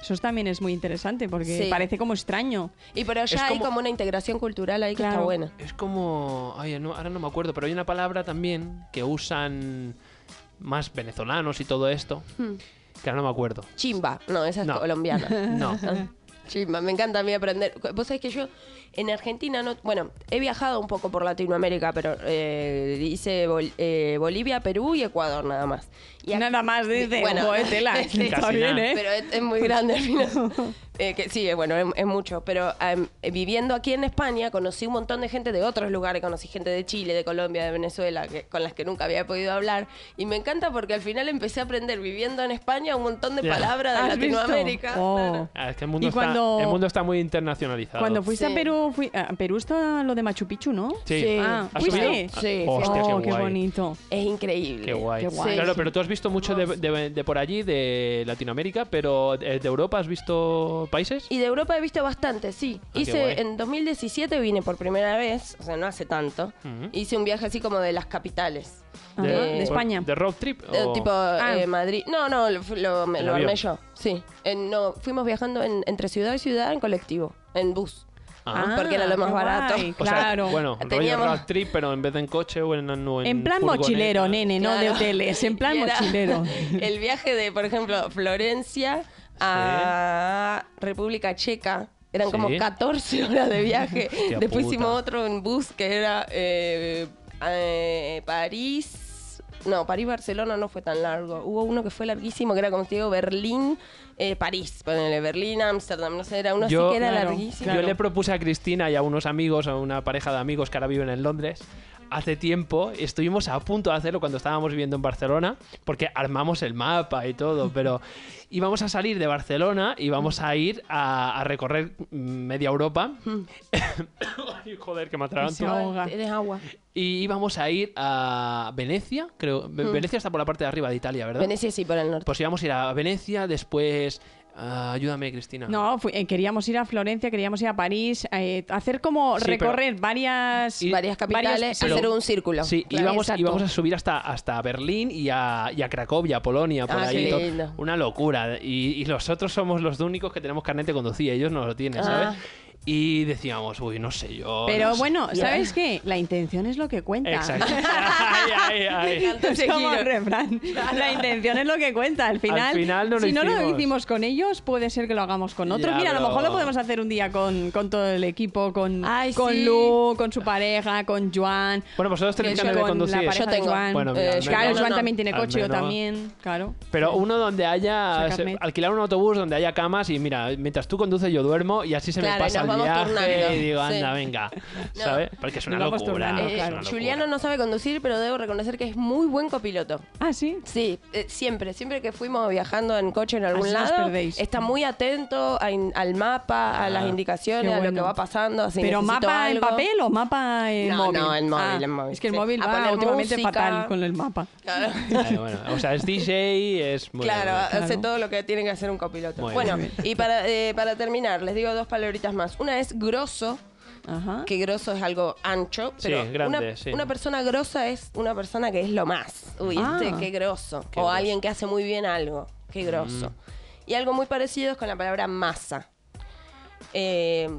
S3: Eso también es muy interesante porque
S2: Sí.
S3: parece como extraño.
S2: Y pero
S1: Es
S2: ya hay
S1: como-
S2: como una integración cultural ahí que está
S3: Claro.
S2: buena.
S1: Es como. Ay, no- ahora no me acuerdo, pero hay una palabra también que usan más venezolanos y todo esto.
S3: Hmm.
S1: Que ahora no me acuerdo.
S2: Chimba, no, esa es
S1: No.
S2: colombiana.
S1: No.
S2: Chimba, me encanta a mí aprender. Vos sabés que yo en Argentina no. Bueno, he viajado un poco por Latinoamérica, pero eh, hice Bol- eh, Bolivia, Perú y Ecuador nada más. Y aquí-
S3: Nada más dice,
S2: Bueno.
S3: "Joder, tela,
S2: Sí.
S3: está
S1: Casi
S3: bien,
S1: nada.
S3: ¿eh?
S2: Pero es, es muy grande al final. Eh, que, sí, eh, bueno, es, es mucho. Pero em, eh, viviendo aquí en España, conocí un montón de gente de otros lugares. Conocí gente de Chile, de Colombia, de Venezuela, que- con las que nunca había podido hablar. Y me encanta porque al final empecé a aprender viviendo en España un montón de
S1: Ya.
S2: palabras de
S3: ¿Has visto?
S2: Latinoamérica.
S3: Oh.
S2: Claro.
S1: Ah, Es que el mundo,
S3: Y
S1: está,
S3: cuando-
S1: el mundo está muy internacionalizado.
S3: Cuando fuiste
S2: Sí.
S3: a Perú, fui- a Perú está lo de Machu Picchu, ¿no?
S1: Sí.
S2: Sí.
S3: Ah,
S1: ¿Has
S3: ¿fuiste?
S1: subido?
S2: Sí, sí.
S1: Hostia,
S3: oh,
S1: qué,
S3: qué,
S1: guay.
S3: bonito.
S2: Es increíble.
S1: Qué guay.
S3: Qué guay.
S1: Claro,
S2: Sí.
S1: pero tú has visto mucho de, de- de por allí, de Latinoamérica, pero eh, de Europa has visto países.
S2: Y de Europa he visto bastante, sí.
S1: Ah, qué guay.
S2: Hice en 2017 vine por primera vez, o sea, no hace tanto.
S1: Ujú.
S2: Hice un viaje así como de las capitales.
S3: Ajá,
S2: Eh,
S3: de España.
S1: ¿De road trip?
S2: Eh,
S1: o- Ah.
S2: Tipo eh, Madrid. No, no, lo, lo-
S1: Oh.
S2: me-
S1: En
S2: lo
S1: avión.
S2: armé yo. Sí. En- no, fuimos viajando en- entre ciudad y ciudad en colectivo, en bus.
S1: Ah.
S2: porque era lo más
S3: qué
S2: barato.
S3: guay,
S1: O sea,
S3: claro.
S1: bueno, rollo
S2: Teníamos-
S1: road trip, pero en vez de en coche o en. o en
S3: en plan
S1: furgoneta.
S3: mochilero, nene, no de
S2: Claro.
S3: hoteles. En plan
S2: Y era
S3: mochilero.
S2: El viaje de, por ejemplo, Florencia a República Checa. Eran
S1: Sí.
S2: como 14 horas de viaje.
S1: Hostia
S2: Después
S1: puta.
S2: hicimos otro en bus que era eh, eh, París. No, París-Barcelona no fue tan largo. Hubo uno que fue larguísimo, que era como te digo, Berlín-París. ponele, Berlín-Amsterdam, no sé, era uno
S1: Yo-
S2: así que era
S3: Claro,
S2: larguísimo.
S1: Yo le propuse a Cristina y a unos amigos, a una pareja de amigos que ahora viven en Londres, hace tiempo, estuvimos a punto de hacerlo cuando estábamos viviendo en Barcelona, porque armamos el mapa y todo, pero íbamos a salir de Barcelona y íbamos a ir a, a recorrer media Europa. Ay, joder, que me
S3: Se
S1: atraganto.
S3: ahoga.
S2: Eres agua.
S1: Y íbamos a ir a Venecia, creo. Ve- Venecia está por la parte de arriba de Italia, ¿verdad?
S2: Mm. Venecia sí, por el norte.
S1: Pues íbamos a ir a Venecia, después... ah, ayúdame, Cristina.
S3: No, fui- eh, queríamos ir a Florencia, queríamos ir a París, eh, hacer como
S1: Sí, pero-
S3: recorrer varias...
S1: Y-
S2: varias capitales,
S3: sí.
S2: hacer un círculo.
S1: Sí,
S2: Claro.
S1: íbamos,
S2: Exacto.
S1: íbamos a subir hasta, hasta Berlín y a, y a Cracovia, Polonia, por
S2: Ah,
S1: ahí.
S2: qué
S1: to-
S2: lindo.
S1: Una locura. Y, y nosotros somos los únicos que tenemos carnet de conducir, ellos no lo tienen,
S2: Ah.
S1: ¿sabes? Y decíamos, uy, no sé yo. no
S3: Pero
S1: sé
S3: bueno,
S1: yo".
S3: ¿sabes qué? La intención es lo que cuenta.
S1: Exacto. Ay, ay, ay.
S2: encanta
S3: Es
S2: ese
S3: como
S2: giro.
S3: el refrán. La intención es lo que cuenta. Al final,
S1: Al final no lo
S3: si no lo
S1: hicimos.
S3: hicimos con ellos, puede ser que lo hagamos con otros.
S1: Ya,
S3: Mira, a
S1: pero-
S3: lo mejor lo podemos hacer un día con, con todo el equipo, con,
S2: Ay,
S3: con
S2: sí.
S3: Lu, con su pareja, con Joan.
S1: Bueno, vosotros tenéis
S3: que
S1: carnet
S3: con
S1: de conducir.
S3: La pareja
S2: Yo
S3: de
S2: tengo.
S3: Joan.
S1: Bueno, mira,
S2: Eh,
S1: al
S2: yo
S3: claro,
S1: menos-
S3: Joan
S2: no.
S3: también tiene
S1: al
S3: coche, yo
S1: menos.
S3: también, claro.
S1: Pero uno donde haya
S3: Sacarme.
S1: se- alquilar un autobús donde haya camas y mira, mientras tú conduces yo duermo y así se
S2: Claro,
S1: me pasa
S2: y
S1: el
S2: nos vamos turnando.
S1: viaje y digo,
S2: Sí.
S1: anda, venga. ¿Sabes? Porque es una
S3: Nos vamos
S1: locura.
S3: turnando,
S1: es
S2: Eh,
S3: claro.
S1: una
S2: Juliano
S1: locura.
S2: no sabe conducir, pero debo reconocer que es muy buen copiloto.
S3: Ah, sí.
S2: Sí, eh, siempre, siempre que fuimos viajando en coche en algún
S3: Así nos
S2: lado,
S3: perdéis. Ah,
S2: está muy atento a in- al mapa, a las indicaciones,
S3: Qué
S2: a lo
S3: bueno.
S2: que va pasando. así
S3: ¿Pero
S2: necesito
S3: mapa en
S2: algo.
S3: papel o mapa en
S2: No,
S3: móvil?
S2: no, en móvil,
S3: Ah,
S2: en móvil,
S3: Es que el
S2: sí.
S3: móvil
S2: A
S3: va
S2: poner
S3: últimamente
S2: música.
S3: fatal con el mapa.
S2: Claro,
S1: Ay, bueno, o sea, es DJ, es muy
S2: claro,
S1: bueno.
S2: hace
S3: Claro.
S2: todo lo que tiene que hacer un copiloto.
S1: Muy
S2: bueno,
S1: bien.
S2: y para, eh, para terminar, les digo dos palabritas más. Una es grosso,
S3: Ajá.
S2: que grosso es algo ancho,
S1: Sí,
S2: pero
S1: grande,
S2: una,
S1: sí.
S2: una persona grosa es una persona que es lo más. Uy,
S3: Ah.
S2: este, qué grosso.
S1: Qué Mm.
S2: o
S1: groso.
S2: alguien que hace muy bien algo, qué grosso. Y algo muy parecido es con la palabra masa. Eh,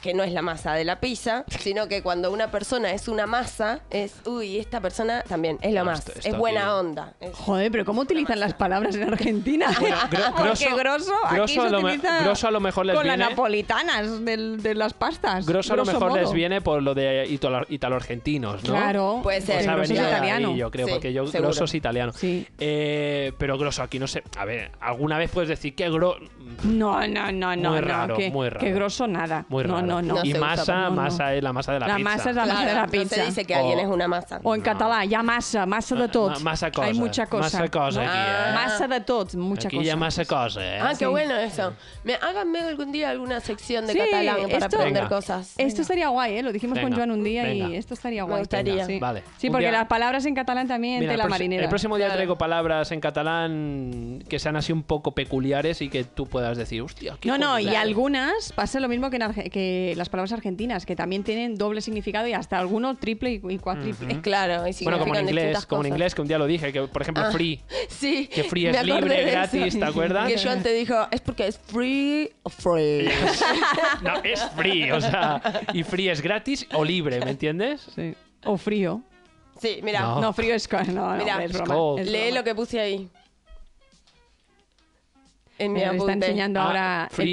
S2: que no es la masa de la pizza, sino que cuando una persona es una masa, es, uy, esta persona también es lo
S1: No,
S2: más,
S1: esto- esto
S2: es buena
S1: aquí-
S2: onda. es-
S3: Joder, pero ¿cómo utilizan las palabras en Argentina?
S1: gro-
S3: Porque
S1: grosso-
S3: grosso, aquí
S1: grosso a
S3: se
S1: lo me-
S3: utiliza
S1: grosso a lo mejor les
S3: con las
S1: viene-
S3: napolitanas del- de las pastas.
S1: Grosso a lo mejor
S3: modo.
S1: les viene por lo de italo- italo-argentinos, ¿no? Pues
S3: Claro, Pues
S2: Puede ser.
S1: O sea,
S2: Grosso es
S1: venía de ahí,
S3: italiano.
S1: yo creo,
S2: Sí,
S1: porque yo
S2: seguro.
S1: grosso es italiano.
S3: Sí.
S1: Eh, pero grosso aquí no sé. A ver, alguna vez puedes decir que gro...
S3: No, no, no, no.
S1: Muy
S3: no,
S1: raro,
S3: que,
S1: muy raro.
S3: que grosso nada.
S1: Muy raro.
S3: No, no, no.
S2: No
S1: y
S2: se usa,
S1: masa,
S3: no, no.
S1: masa es la masa de la,
S3: La
S1: pizza.
S3: masa es la masa de la
S2: Claro,
S3: pizza.
S2: No se dice que alguien
S1: O-
S2: es una masa.
S3: O en
S1: No.
S3: català, hi ha massa, massa de
S1: Ma-
S3: tot.
S1: ma- massa cosa,
S3: Hi ha mucha cosa.
S1: massa cosa
S3: no?
S1: aquí, eh?
S3: Massa de tot, mucha
S1: Aquí
S3: cosa.
S1: ya masa cosa, ¿eh?
S2: Ah, qué
S3: Sí.
S2: bueno eso. Me, háganme algún día alguna sección de
S3: Sí,
S2: catalán para
S3: esto-
S2: aprender
S1: Venga.
S2: cosas.
S3: Esto estaría guay, ¿eh? Lo dijimos
S1: Venga,
S3: con Joan un día y
S1: venga.
S3: esto estaría
S2: Me
S3: guay.
S2: gustaría.
S3: Sí,
S1: Vale.
S3: sí
S1: Un
S3: porque
S1: día-
S3: las palabras en catalán también
S1: Mira, el
S3: tela
S1: proxi-
S3: marinera.
S1: El próximo día
S2: Claro.
S1: traigo palabras en catalán que sean así un poco peculiares y que tú puedas decir, hostia, qué
S3: No, no, y
S1: joder".
S3: algunas pasa lo mismo que, en Arge- que las palabras argentinas, que también tienen doble significado y hasta alguno triple y, y cuatriple.
S2: Claro, y
S1: Mm. Bueno, como en
S2: significan
S1: inglés,
S2: distintas
S1: como en
S2: cosas. Ah.
S1: inglés, que un día lo dije, que por ejemplo, free.
S2: Sí.
S1: Que free
S2: me
S1: es
S2: acordé
S1: libre,
S2: de
S1: gratis,
S2: eso.
S1: ¿te acuerdas?
S2: Que Joan te dijo, es porque es free o free.
S1: No, es free, o sea, y free es gratis o libre, ¿me entiendes?
S3: Sí. O frío.
S2: Sí, mira,
S1: No.
S3: No, frío es... co- No, no,
S2: Oh. Mira,
S3: es
S1: Es
S3: broma.
S1: cold.
S3: es
S2: lee
S3: broma.
S2: lo que puse ahí. En mi
S3: Me está
S2: apunte.
S3: enseñando
S1: Ah,
S3: ahora
S1: free,
S3: el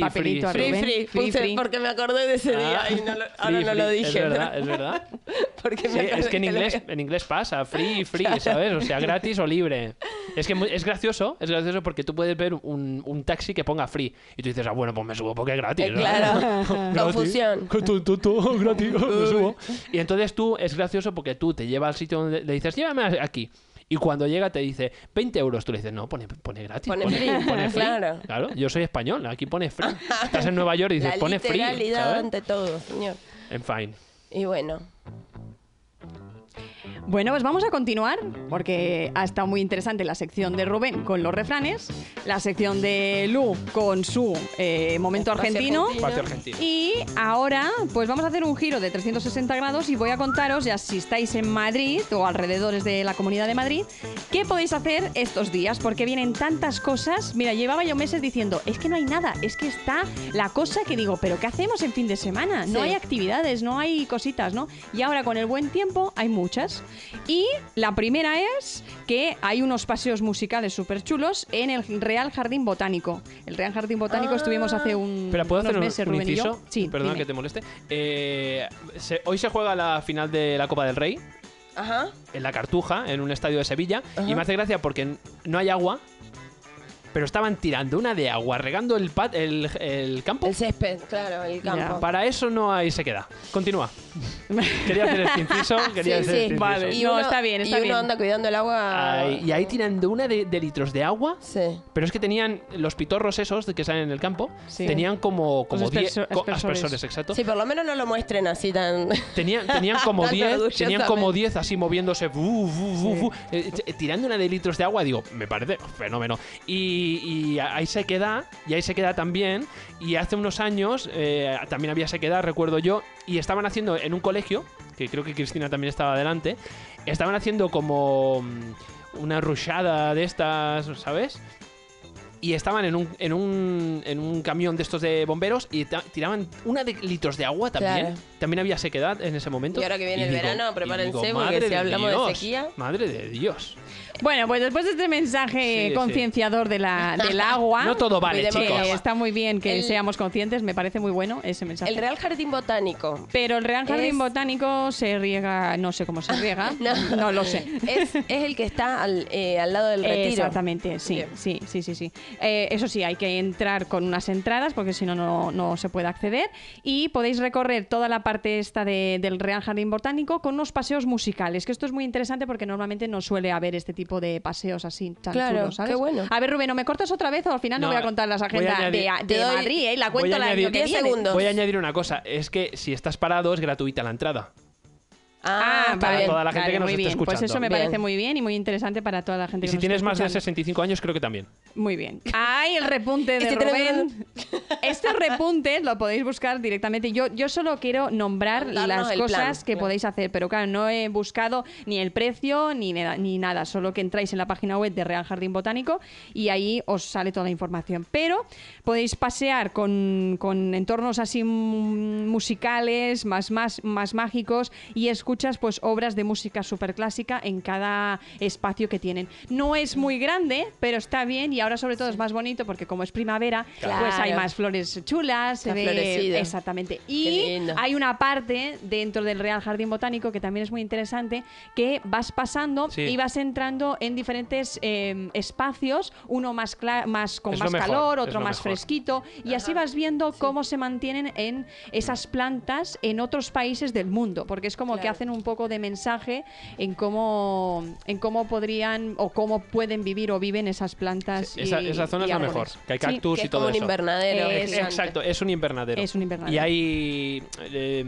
S1: free,
S3: papelito a
S2: Free,
S3: Rubén.
S2: free, puse porque me acordé de ese
S1: Ah,
S2: día y no lo- ahora
S1: free,
S2: no lo
S1: free,
S2: dije.
S1: Es verdad, es verdad.
S2: Porque
S1: Sí,
S2: me
S1: es
S2: acordé
S1: que en
S2: lo
S1: inglés,
S2: había-
S1: en inglés pasa, free, free, ¿sabes? O sea, gratis o libre. Es que mu- es gracioso, es gracioso porque tú puedes ver un, un taxi que ponga free y tú dices, ah, bueno, pues me subo porque es gratis.
S2: Eh,
S1: ¿no?
S2: claro.
S1: Gratis.
S2: Confusión.
S1: Qué tonto, tonto, gratis, me subo. Y entonces tú, es gracioso porque tú te llevas al sitio donde le dices, llévame aquí. Y cuando llega te dice 20 euros, tú le dices, no, pone, pone gratis.
S2: Pone free,
S1: pone free.
S2: claro.
S1: yo soy español, aquí pone free. Estás en Nueva York y dices,
S2: La
S1: pone free.
S2: literalidad
S1: ¿sabes?
S2: ante todo, señor.
S1: En fin.
S2: Y bueno,
S3: Bueno, pues vamos a continuar porque ha estado muy interesante la sección de Rubén con los refranes, la sección de Lu con su eh, momento
S2: Espacio
S3: argentino.
S2: argentino.
S1: Parte argentina.
S3: Y ahora, pues vamos a hacer un giro de 360 grados y voy a contaros, ya si estáis en Madrid o alrededores de la Comunidad de Madrid, qué podéis hacer estos días, porque vienen tantas cosas. Mira, llevaba yo meses diciendo, es que no hay nada, es que está la cosa que digo, pero ¿qué hacemos en fin de semana? No
S2: Sí.
S3: hay actividades, no hay cositas, ¿no? Y ahora con el buen tiempo hay muchas. Y la primera es que hay unos paseos musicales súper chulos en el Real Jardín Botánico. El Real Jardín Botánico estuvimos hace un...
S1: Pero ¿puedo
S3: unos
S1: hacer un,
S3: meses,
S1: un
S3: Rubén y yo.
S1: inciso?
S3: Sí,
S1: Perdona
S3: dime.
S1: que te moleste. Eh, se- hoy se juega la final de la Copa del Rey
S2: ajá.
S1: en la Cartuja, en un estadio de Sevilla.
S2: Ajá.
S1: Y me hace gracia porque n- no hay agua, pero estaban tirando una de agua, regando el, pat- el, el campo.
S2: El césped, claro, el campo.
S1: Para eso no hay sequedad. Continúa. Quería hacer este inciso. Quería
S2: Sí,
S1: hacer
S2: sí.
S1: este inciso.
S3: Vale. No, está bien, está
S2: y
S3: bien.
S2: uno anda cuidando el agua.
S1: Ay, y ahí tirando una de, de litros de agua.
S2: Sí.
S1: Pero es que tenían los pitorros esos de que salen en el campo,
S3: Sí.
S1: tenían como, como
S3: Los
S1: 10
S3: asperso-
S1: co-
S3: aspersores.
S1: aspersores, exacto.
S2: Sí, por lo menos no lo muestren así tan.
S1: Tenían, tenían como
S2: Tan
S1: 10
S2: orgullosamente.
S1: tenían como 10 así moviéndose bu, bu, bu, bu, eh, eh, tirando una de litros de agua digo me parece fenómeno y, y ahí se queda y ahí se queda también y hace unos años eh, también había sequedad recuerdo yo y estaban haciendo en un colegio que creo que Cristina también estaba adelante estaban haciendo como mm, una rushada de estas sabes y estaban en un, en un, en un camión de estos de bomberos y ta- tiraban una de litros de agua también.
S2: Claro.
S1: También había sequedad en ese momento.
S2: Y ahora que viene el verano,
S1: y
S2: prepárense,
S1: digo,
S2: porque
S1: madre
S2: si hablamos de
S1: Dios,
S2: sequía-
S1: Madre de Dios.
S3: Bueno, pues después de este mensaje
S1: Sí,
S3: concienciador de la, del agua,
S1: No todo vale,
S2: Cuidemos
S1: chicos.
S2: el
S3: que
S2: agua.
S3: está muy bien que
S2: El-
S3: seamos conscientes, me parece muy bueno ese mensaje.
S2: El Real Jardín Botánico.
S3: Pero el Real Jardín
S2: Es-
S3: Botánico se riega, no sé cómo se riega, no. lo sé.
S2: Es, es el que está al, eh, al lado del retiro.
S3: Exactamente, sí,
S2: Bien.
S3: sí, sí, sí, sí. Eh, eso sí, hay que entrar con unas entradas porque si no, no, no se puede acceder. Y podéis recorrer toda la parte esta de- del Real Jardín Botánico con unos paseos musicales, que esto es muy interesante porque normalmente no suele haber este tipo de paseos así tan
S2: Claro,
S3: chulos, ¿sabes?
S2: qué bueno.
S3: A ver, Rubén, ¿o me cortas otra vez o al final no,
S1: No,
S3: voy a contar las
S1: voy a
S3: agendas
S1: añadir-
S3: de, de
S2: Te doy-
S3: Madrid, ¿eh? Y La
S1: voy
S3: cuento
S1: a
S3: el año
S1: añadir-
S3: que
S2: 10
S3: viene.
S2: segundos.
S1: Voy a añadir una cosa, es que si estás parado es gratuita la entrada.
S2: Ah,
S3: Ah,
S1: para
S2: está
S3: vale,
S2: bien.
S1: toda la gente
S3: vale,
S1: que nos
S3: muy
S1: esté
S3: bien. Pues
S1: escuchando.
S3: eso me
S2: Bien.
S3: parece muy bien y muy interesante para toda la
S1: Y
S3: gente que
S1: si
S3: nos
S1: tienes
S3: esté
S1: más de
S3: escuchando.
S1: 65 años, creo que también.
S3: Muy bien. ¡Ay, el repunte
S2: Y
S3: de
S2: si tenés-
S3: Rubén! Este repunte lo podéis buscar directamente. Yo, yo solo quiero nombrar
S2: Darnos
S3: las
S2: el
S3: cosas
S2: plan,
S3: que
S2: claro.
S3: podéis hacer, pero claro, no he buscado ni el precio ni, nada- ni nada, solo que entráis en la página web de Real Jardín Botánico y ahí os sale toda la información. Pero podéis pasear con, con entornos así mm, musicales, más, más, más mágicos y escuchas pues obras de música superclásica en cada espacio que tienen. No es muy grande, pero está bien y ahora sobre todo es más bonito porque como es primavera,
S2: Claro.
S3: pues hay más flores chulas, se
S2: Está
S3: ve
S2: florecido.
S3: exactamente.
S2: Qué
S3: Y
S2: lindo.
S3: hay una parte dentro del Real Jardín Botánico que también es muy interesante, que vas pasando
S1: Sí.
S3: y vas entrando en diferentes eh, espacios, uno más, cla- más con
S1: Es
S3: más
S1: lo mejor,
S3: calor,
S1: es
S3: otro
S1: lo
S3: más
S1: mejor.
S3: fresquito, y así vas viendo cómo se mantienen en esas plantas en otros países del mundo, porque es como que
S2: Claro.
S3: hacen un poco de mensaje en cómo, en cómo podrían o cómo pueden vivir o viven esas plantas.
S1: Esa,
S3: y-
S1: esa zona
S3: y
S1: es la
S3: árboles.
S1: mejor, que hay
S3: Sí.
S1: cactus
S2: que
S1: y
S2: es
S1: todo
S2: como un
S1: eso.
S2: invernadero.
S3: Es-
S2: gigante.
S1: Exacto, es un invernadero.
S3: Es un invernadero.
S1: Y hay, eh,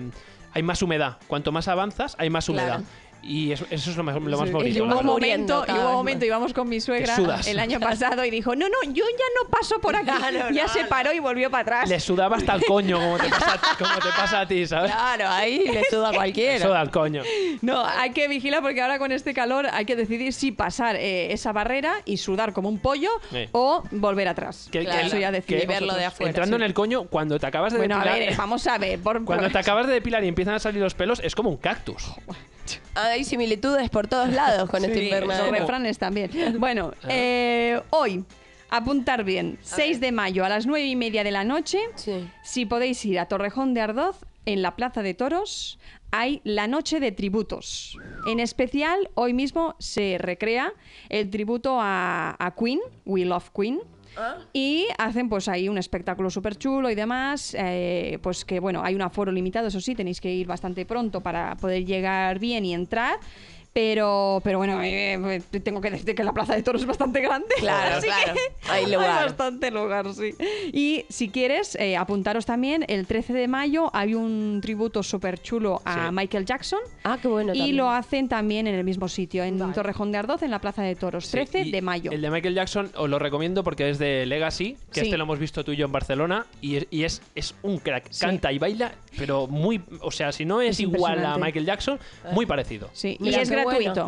S1: hay más humedad. Cuanto más avanzas, hay más humedad.
S2: Claro.
S1: Y eso, eso es lo más, lo más
S3: Sí.
S1: bonito.
S3: Y
S1: la
S3: hubo un
S1: verdad.
S2: muriendo
S3: momento, y
S2: cada
S3: hubo un
S2: vez
S3: momento,
S2: más.
S3: íbamos con mi suegra
S1: Que sudas.
S3: el año pasado y dijo, no, no, yo ya no paso por aquí. ya se paró y volvió para atrás.
S1: Le sudaba hasta el coño, como te pasa, como te pasa a ti, ¿sabes?
S2: Claro, ahí le suda a
S1: Le
S2: cualquiera.
S1: suda el coño.
S3: No, hay que vigilar porque ahora con este calor hay que decidir si pasar eh, esa barrera y sudar como un pollo
S1: Sí.
S3: o volver atrás.
S1: Que-
S2: Claro.
S3: Eso ya
S1: que-
S3: decidís
S1: que-
S2: verlo de
S3: vosotros.
S2: afuera,
S1: Entrando
S2: sí.
S1: en el coño, cuando te acabas de
S3: Bueno, a
S1: depilar.
S3: ver, vamos a ver. por-
S1: Cuando
S3: por-
S1: te acabas de depilar y empiezan a salir los pelos, es como un cactus.
S2: Hay similitudes por todos lados con este
S1: Sí,
S3: Los
S2: invernadero.
S3: refranes también. Bueno, eh, hoy, apuntar bien, 6 de mayo a las 9 y media de la noche,
S2: Sí.
S3: si podéis ir a Torrejón de Ardoz, en la Plaza de Toros, hay la noche de tributos. En especial, hoy mismo se recrea el tributo a, a Queen, We Love Queen.
S2: Ah.
S3: Y hacen pues ahí un espectáculo súper chulo y demás, eh, pues que bueno, hay un aforo limitado, eso sí, tenéis que ir bastante pronto para poder llegar bien y entrar. Pero, pero bueno, eh, eh, tengo que decirte que la plaza de toros es bastante grande.
S2: Claro,
S3: así
S2: claro.
S3: que
S2: Hay lugar.
S3: bastante lugar, sí. Y si quieres, eh, apuntaros también, el 13 de mayo hay un tributo súper chulo a
S1: Sí.
S3: Michael Jackson.
S2: Ah, qué bueno
S3: Y
S2: también.
S3: lo hacen también en el mismo sitio, en Torrejón de Ardoz, en la plaza de toros,
S1: Sí,
S3: 13
S1: y
S3: de mayo.
S1: El de Michael Jackson os lo recomiendo porque es de Legacy, que
S3: Sí.
S1: este lo hemos visto tú y yo en Barcelona, y es, y es, es un crack.
S3: Sí.
S1: Canta y baila, pero muy. O sea, si no es,
S3: Es
S1: igual a
S3: impresionante. Ah.
S1: Michael Jackson, muy parecido.
S3: Sí, y
S2: Mira,
S3: es
S2: qué bueno.
S3: gratuito.
S2: Lo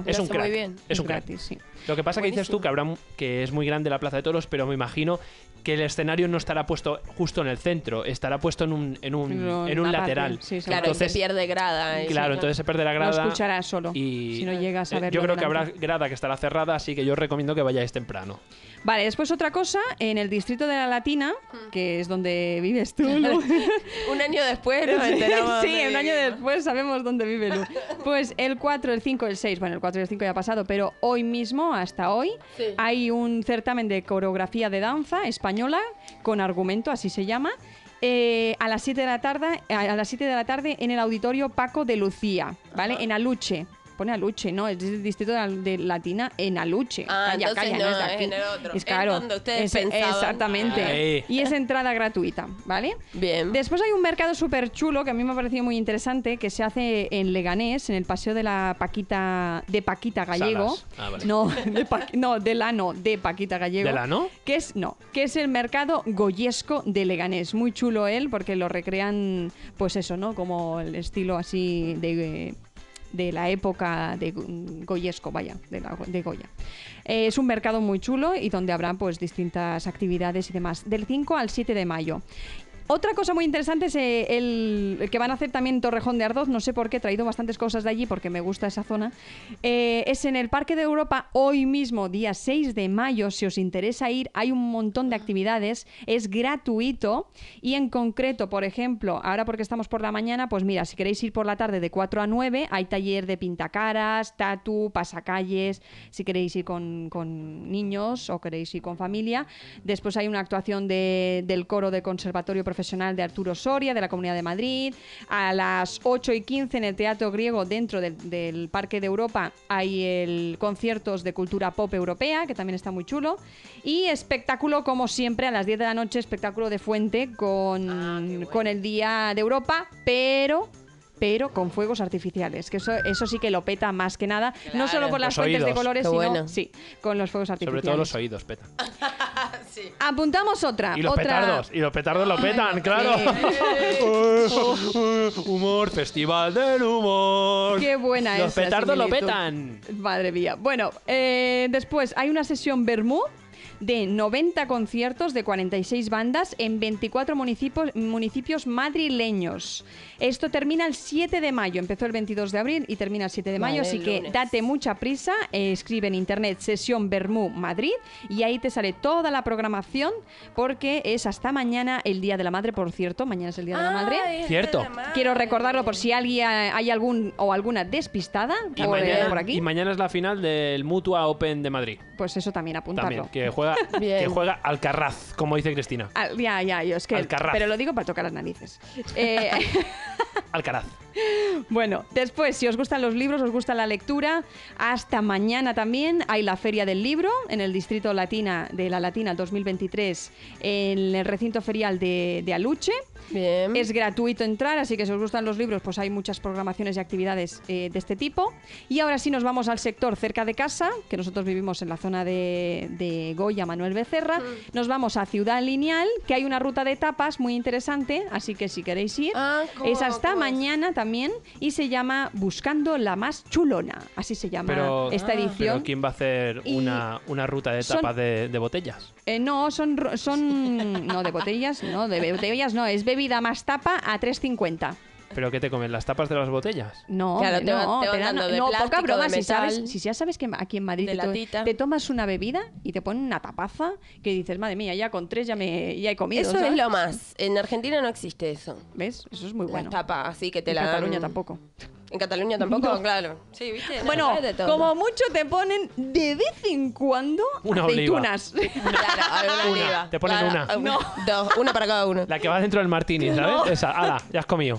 S1: Es un
S2: hace muy
S1: crack.
S2: bien.
S1: Es un crack.
S3: gratis, sí.
S1: Lo que pasa que dices
S2: Buenísimo.
S1: tú que habrá un- que es muy grande la Plaza de Toros, pero me imagino que el escenario no estará puesto justo en el centro, estará puesto en un, en un,
S3: Pero
S1: en un
S3: una
S1: lateral.
S3: parte, sí, sí.
S2: Claro,
S1: Entonces-
S2: y se pierde grada. eh, y-
S1: Claro, entonces se perderá
S3: Lo
S1: grada.
S3: escucharás solo
S1: Y
S3: si no llegas a
S1: eh, Yo
S3: verlo.
S1: creo que habrá
S3: delante.
S1: grada que estará cerrada, así que yo os recomiendo que vayáis temprano.
S3: Vale, después otra cosa, en el distrito de la Latina, que es donde vives tú, Lu.
S2: Un año después nos enteramos.
S3: sí,
S2: dónde
S3: un año
S2: vivimos.
S3: después sabemos dónde vive Lu. Pues el 4, el 5, el 6, bueno, el 4 y el 5 ya ha pasado, pero hoy mismo, hasta hoy,
S2: Sí.
S3: hay un certamen de coreografía de danza española con argumento, así se llama. eh, a las 7 de la tarde a las 7 de la tarde en el auditorio Paco de Lucía, ¿vale? En Aluche. Pone Aluche, no, es del distrito de, Al- de Latina en Aluche.
S2: Ah,
S3: calla,
S2: entonces
S3: calla,
S2: no,
S3: es de
S2: es
S3: aquí.
S2: en el otro.
S3: Es
S2: Es
S3: claro.
S2: donde ustedes
S3: es-
S2: pensaban.
S3: exactamente.
S1: Ahí.
S3: Y es entrada gratuita, ¿vale?
S2: Bien.
S3: Después hay un mercado súper chulo que a mí me ha parecido muy interesante que se hace en Leganés, en el paseo de la Paquita de Paquita Gallego.
S1: Salas. Ah, vale.
S3: No, de Pa- no, del ano de Paquita Gallego.
S1: ¿Del ano?
S3: Que es no, que es el mercado goyesco de Leganés. Muy chulo él porque lo recrean pues eso, ¿no? Como el estilo así de de la época de Go- Goyesco, vaya, de, la- de Goya. Eh, es un mercado muy chulo y donde habrá pues distintas actividades y demás, del 5 al 7 de mayo. Otra cosa muy interesante es eh, el, el que van a hacer también en Torrejón de Ardoz, no sé por qué, he traído bastantes cosas de allí porque me gusta esa zona. Eh, es en el Parque de Europa hoy mismo, día 6 de mayo, si os interesa ir, hay un montón de actividades, es gratuito y en concreto, por ejemplo, ahora porque estamos por la mañana, pues mira, si queréis ir por la tarde de 4 a 9, hay taller de pintacaras, tatu, pasacalles, si queréis ir con, con niños o queréis ir con familia. Después hay una actuación de- del coro de Conservatorio Profesional de Arturo Soria, de la Comunidad de Madrid. A las 8 y 15 en el Teatro Griego, dentro del, del Parque de Europa, hay el conciertos de cultura pop europea, que también está muy chulo. Y espectáculo, como siempre, a las 10 de la noche, espectáculo de fuente con,
S2: Ah,
S3: con el Día de Europa, pero pero con fuegos artificiales, que eso, eso sí que lo peta más que nada, no solo por las
S1: Los
S3: fuentes de
S1: oídos.
S3: colores,
S2: Qué
S3: sino
S2: bueno.
S3: sí, con los fuegos
S1: Sobre
S3: artificiales.
S1: todo los oídos petan.
S3: Apuntamos otra,
S1: Y los
S3: otra
S1: petardos. Y los petardos lo petan, claro. humor, festival del humor.
S3: Qué buena
S1: Los
S3: esa
S1: petardos lo
S3: similitud.
S1: petan.
S3: Madre mía. Bueno, eh, después hay una sesión Bermú de 90 conciertos de 46 bandas en 24 municipios, municipios madrileños. Esto termina el 7 de mayo, empezó el 22 de abril y termina el 7 de mayo,
S2: Vale,
S3: así
S2: el
S3: que
S2: lunes.
S3: date mucha prisa, eh, escribe en internet sesión Bermú Madrid y ahí te sale toda la programación porque es hasta mañana el Día de la Madre, por cierto, mañana es el Día de la Madre.
S2: Ah,
S1: Cierto.
S3: Quiero recordarlo por si alguien hay algún o alguna despistada
S1: Y
S3: por, eh,
S1: mañana,
S3: por aquí.
S1: y mañana es la final del Mutua Open de Madrid.
S3: Pues eso también apuntarlo.
S1: También, que juega,
S2: Bien.
S1: que juega Alcarraz, como dice Cristina.
S3: Ah, ya, ya, yo es que.
S1: Alcarraz.
S3: Pero lo digo para tocar las narices. Eh,
S1: Alcaraz.
S3: bueno, después, si os gustan los libros, os gusta la lectura, hasta mañana también hay la Feria del Libro en el Distrito Latina de la Latina 2023, en el recinto ferial de, de Aluche.
S2: Bien.
S3: Es gratuito entrar, así que si os gustan los libros, pues hay muchas programaciones y actividades eh, de este tipo. Y ahora sí nos vamos al sector cerca de casa, que nosotros vivimos en la zona de, de Goya, Manuel Becerra.
S2: Mm.
S3: Nos vamos a Ciudad Lineal, que hay una ruta de tapas muy interesante, así que si queréis ir,
S2: Ah, ¿cómo-
S3: es hasta
S2: cómo es?
S3: mañana también y se llama Buscando la más chulona, así se llama
S1: Pero,
S2: ah.
S3: esta edición.
S1: pero ¿quién va a hacer
S3: Y
S1: una, una ruta de
S3: son-
S1: tapas de, de botellas?
S3: Eh, no, son, ro- son... No, de botellas, no, de botellas no, es bebida más tapa a 3.50.
S1: ¿Pero qué te comen? ¿Las tapas de las botellas?
S3: No,
S2: Claro,
S3: hombre,
S2: te van-
S3: no,
S2: te van
S3: dan-
S2: dando de
S3: no, poca
S2: plástico,
S3: broma.
S2: de
S3: Si, sabes,
S2: metal.
S3: si ya sabes que aquí en Madrid
S2: De
S3: te, to-
S2: latita.
S3: te tomas una bebida y te ponen una tapaza que dices, madre mía, ya con tres ya, me, ya he comido.
S2: Eso
S3: ¿sabes?
S2: es lo más. En Argentina no existe eso.
S3: ¿Ves? Eso es muy
S2: La
S3: bueno.
S2: tapa, así que te
S3: En
S2: la dan.
S3: Cataluña tampoco.
S2: En Cataluña tampoco, claro. Sí, viste. No,
S3: bueno,
S2: es de todo.
S3: como mucho te ponen de vez en cuando
S1: Una oliva.
S3: aceitunas.
S2: Claro, alguna
S1: Una.
S2: oliva.
S1: Te ponen
S2: Claro,
S1: una.
S2: alguna- Dos, una para cada uno.
S1: La que va dentro del martini, ¿sabes? Esa, ala, ya has comido.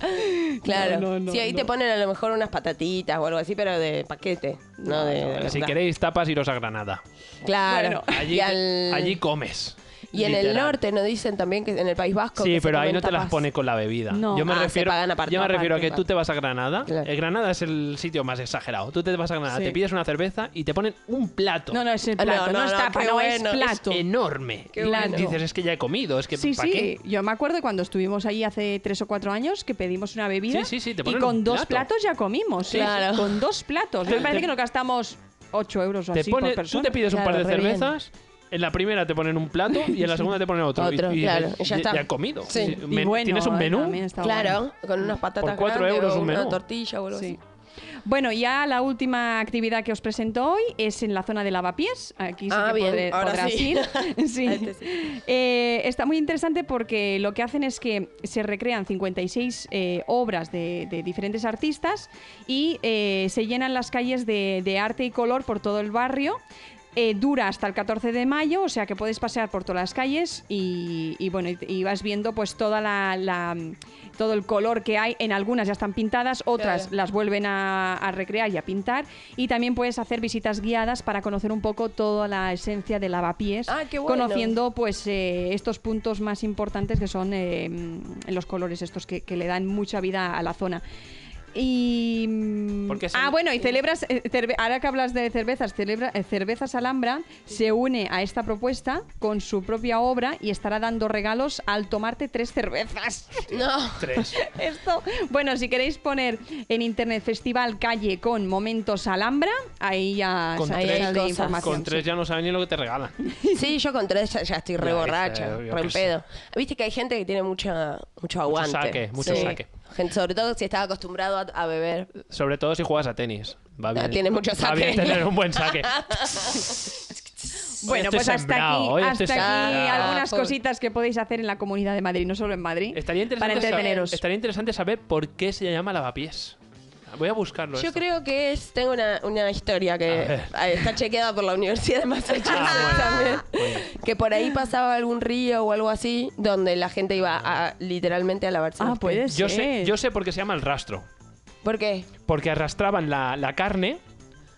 S2: Claro.
S3: No, no, no,
S2: sí, ahí te
S3: no.
S2: ponen a lo mejor unas patatitas o algo así, pero de paquete. No, de. de
S1: Si
S2: verdad.
S1: queréis tapas, iros a Granada.
S2: Claro.
S3: Bueno.
S1: Allí,
S2: y al-
S1: allí comes.
S2: y en el
S1: Literal.
S2: norte nos dicen también que en el País Vasco.
S1: Sí,
S2: que se
S1: pero ahí
S2: comen
S1: no te las
S2: tapas.
S1: pone con la bebida.
S3: No.
S1: Yo me
S2: Ah, se
S1: refiero,
S2: pagan aparte,
S1: yo me
S2: aparte,
S1: refiero a que tú
S2: aparte.
S1: te vas a Granada.
S2: Claro.
S1: Eh, Granada es el sitio más exagerado. Tú te vas a Granada,
S3: Sí.
S1: te pides una cerveza y te ponen un plato.
S3: No, no, es el
S2: Ah, no,
S3: plato. No,
S2: no,
S3: es
S2: no,
S3: tapa,
S2: qué
S3: no
S2: bueno.
S3: es
S2: Es
S3: plato.
S1: enorme.
S2: Qué
S1: Y
S2: bueno.
S1: Dices, es que ya he comido, es que
S3: Sí,
S1: ¿para
S3: sí,
S1: qué?
S3: yo me acuerdo cuando estuvimos ahí hace tres o cuatro años que pedimos una bebida
S1: Sí, sí, sí, te
S3: y
S1: ponen
S3: con
S1: un
S3: dos
S1: plato.
S3: platos ya comimos.
S2: Sí,
S3: ¿eh?
S2: claro.
S3: Con dos platos. Me
S1: Te-
S3: parece
S1: te-
S3: que nos gastamos ocho euros o
S1: Te
S3: así
S1: pone-
S3: por
S1: tú
S3: persona.
S1: te pides un
S2: Claro,
S1: par de
S2: re bien.
S1: cervezas. En la primera te ponen un plato y en la segunda te ponen otro. Y-
S2: Otro,
S1: y,
S2: claro,
S1: dices,
S2: ya está.
S1: he comido.
S2: Sí.
S1: Y
S2: Y
S1: men-
S3: bueno,
S1: ¿Tienes un
S3: eh,
S1: menú?
S3: también está
S2: Claro, con unas patatas.
S1: Por cuatro
S2: grandes
S1: euros
S2: o
S1: un menú.
S2: Una tortilla o algo
S3: Sí.
S2: así.
S3: Bueno, ya la última actividad que os presento hoy es en la zona de lavapiés. Aquí sí
S2: Ah,
S3: que
S2: bien,
S3: podré-
S2: ahora
S3: podrás
S2: sí.
S3: ir. Sí.
S2: Este sí.
S3: Eh, está muy interesante porque lo que hacen es que se recrean 56 eh, obras de, de diferentes artistas y eh, se llenan las calles de, de arte y color por todo el barrio. Eh, dura hasta el 14 de mayo, o sea que puedes pasear por todas las calles y, y bueno, y, y vas viendo pues toda la, la- todo el color que hay. En algunas ya están pintadas, otras
S2: Claro.
S3: las vuelven a, a recrear y a pintar. Y también puedes hacer visitas guiadas para conocer un poco toda la esencia de lavapiés,
S2: Ah, qué bueno.
S3: conociendo pues eh, estos puntos más importantes que son eh, mm, los colores estos que, que le dan mucha vida a la zona. Y mm,
S1: Porque es
S3: Ah,
S1: el-
S3: bueno, y celebras, eh, cerve- ahora que hablas de cervezas, celebra, eh, Cervezas Alhambra se une a esta propuesta con su propia obra y estará dando regalos al tomarte tres cervezas.
S2: No.
S1: Tres.
S3: Esto, bueno, si queréis poner en internet Festival Calle con Momentos Alhambra, ahí ya
S1: Con
S3: sale
S1: tres
S3: de
S2: cosas.
S3: información.
S1: Con tres ya no saben ni lo que te regalan.
S2: Sí, yo con tres ya, ya estoy re
S1: Ya,
S2: borracha,
S1: esa, yo
S2: re
S1: qué
S2: en pedo. Viste que hay gente que tiene mucha, mucho aguante.
S1: saque, mucho
S2: Sí.
S1: saque.
S2: Gente, sobre todo si estaba acostumbrado a, a beber.
S1: Sobre todo si juegas a tenis. Va bien.
S2: Ah, tiene mucho
S1: Va
S2: saque.
S1: bien tener un buen saque.
S3: Sí. Bueno,
S1: estoy
S3: pues hasta
S1: sembrado, hoy
S3: aquí,
S1: estoy
S3: hasta aquí
S1: sembrado.
S3: algunas
S2: Pobre.
S3: cositas que podéis hacer en la Comunidad de Madrid, no solo en Madrid,
S1: Estaría
S3: para
S1: interesante, sa-
S3: entreteneros.
S1: estaría interesante saber por qué se llama lavapiés. Voy a buscarlo.
S2: Yo
S1: esto.
S2: creo que es. Tengo una, una historia
S1: A
S2: que
S1: ver.
S2: ah, está chequeada por la Universidad de Massachusetts
S1: Ah, bueno.
S2: también.
S1: Muy bien.
S2: Que por ahí pasaba algún río o algo así donde la gente iba a, literalmente a lavarse.
S3: Ah,
S2: los pies.
S3: puede
S1: Yo
S3: Sí.
S1: sé, yo sé por qué se llama el rastro.
S2: ¿Por qué?
S1: Porque arrastraban la, la carne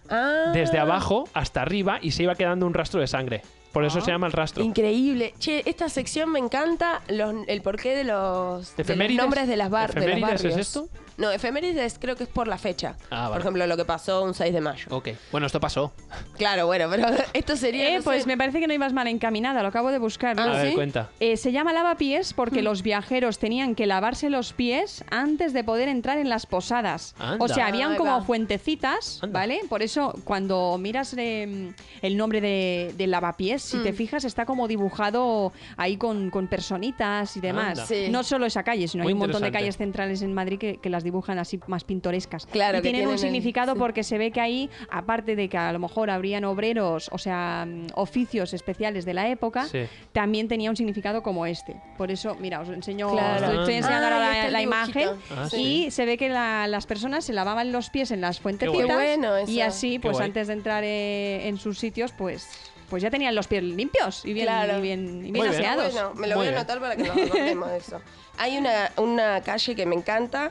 S2: Ah,
S1: desde abajo hasta arriba y se iba quedando un rastro de sangre. Por
S2: Ah.
S1: eso se llama el rastro.
S2: Increíble. Che, esta sección me encanta los- el porqué de los, de los
S1: ¿Efemérides?
S2: nombres de las bar, de los
S1: ¿Efemérides es
S2: barrios.
S1: esto?
S2: No, efemérides creo que es por la fecha.
S1: Ah, vale.
S2: Por ejemplo, lo que pasó un 6 de mayo.
S1: Ok, bueno, esto pasó.
S2: Claro, bueno, pero esto sería...
S3: Eh,
S2: no sé,
S3: pues me parece que no ibas mal encaminada, lo acabo de buscar.
S2: Ah,
S1: a ver,
S2: ¿sí? Mm.
S1: cuenta.
S3: Eh, se llama lavapiés porque los viajeros tenían que lavarse los pies antes de poder entrar en las posadas.
S1: Anda.
S3: O sea, habían
S2: Ahí
S3: como
S2: va.
S3: fuentecitas,
S1: Anda.
S3: ¿vale? Por eso, cuando miras eh, el nombre de, del lavapiés, si
S2: Mm.
S3: te fijas, está como dibujado ahí con, con personitas y demás.
S1: Anda.
S2: Sí.
S3: No solo esa calle, sino
S1: Muy
S3: hay un montón de
S1: interesante.
S3: calles centrales en Madrid que, que las dibujan así más pintorescas.
S2: Claro,
S3: y
S2: que
S3: tienen,
S2: tienen
S3: un
S2: el-
S3: significado
S2: sí.
S3: porque se ve que ahí, aparte de que a lo mejor habrían obreros, o sea, mm, oficios especiales de la época,
S2: ¿Ah?
S1: Sí.
S3: también tenía un significado como este. Por eso, mira, os enseño,
S2: Claro.
S3: os estoy enseñando
S2: Ah,
S3: ahora
S2: ahí está
S3: la,
S2: el
S3: la
S2: dibujito.
S3: imagen
S1: Ah,
S3: y se ve que la- las personas se lavaban los pies en las
S1: guay.
S3: fuentecitas
S2: Qué bueno eso.
S3: y así,
S1: Qué
S3: pues
S1: guay.
S3: antes de entrar eh, en sus sitios, pues, pues ya tenían los pies limpios y bien,
S2: Claro.
S3: y bien, y
S1: Muy
S3: bien
S1: bien.
S2: Está
S3: aseados.
S2: Bueno, me lo
S1: Muy
S2: voy a
S1: bien.
S2: anotar para que nos acordemos de eso. Hay una, una calle que me encanta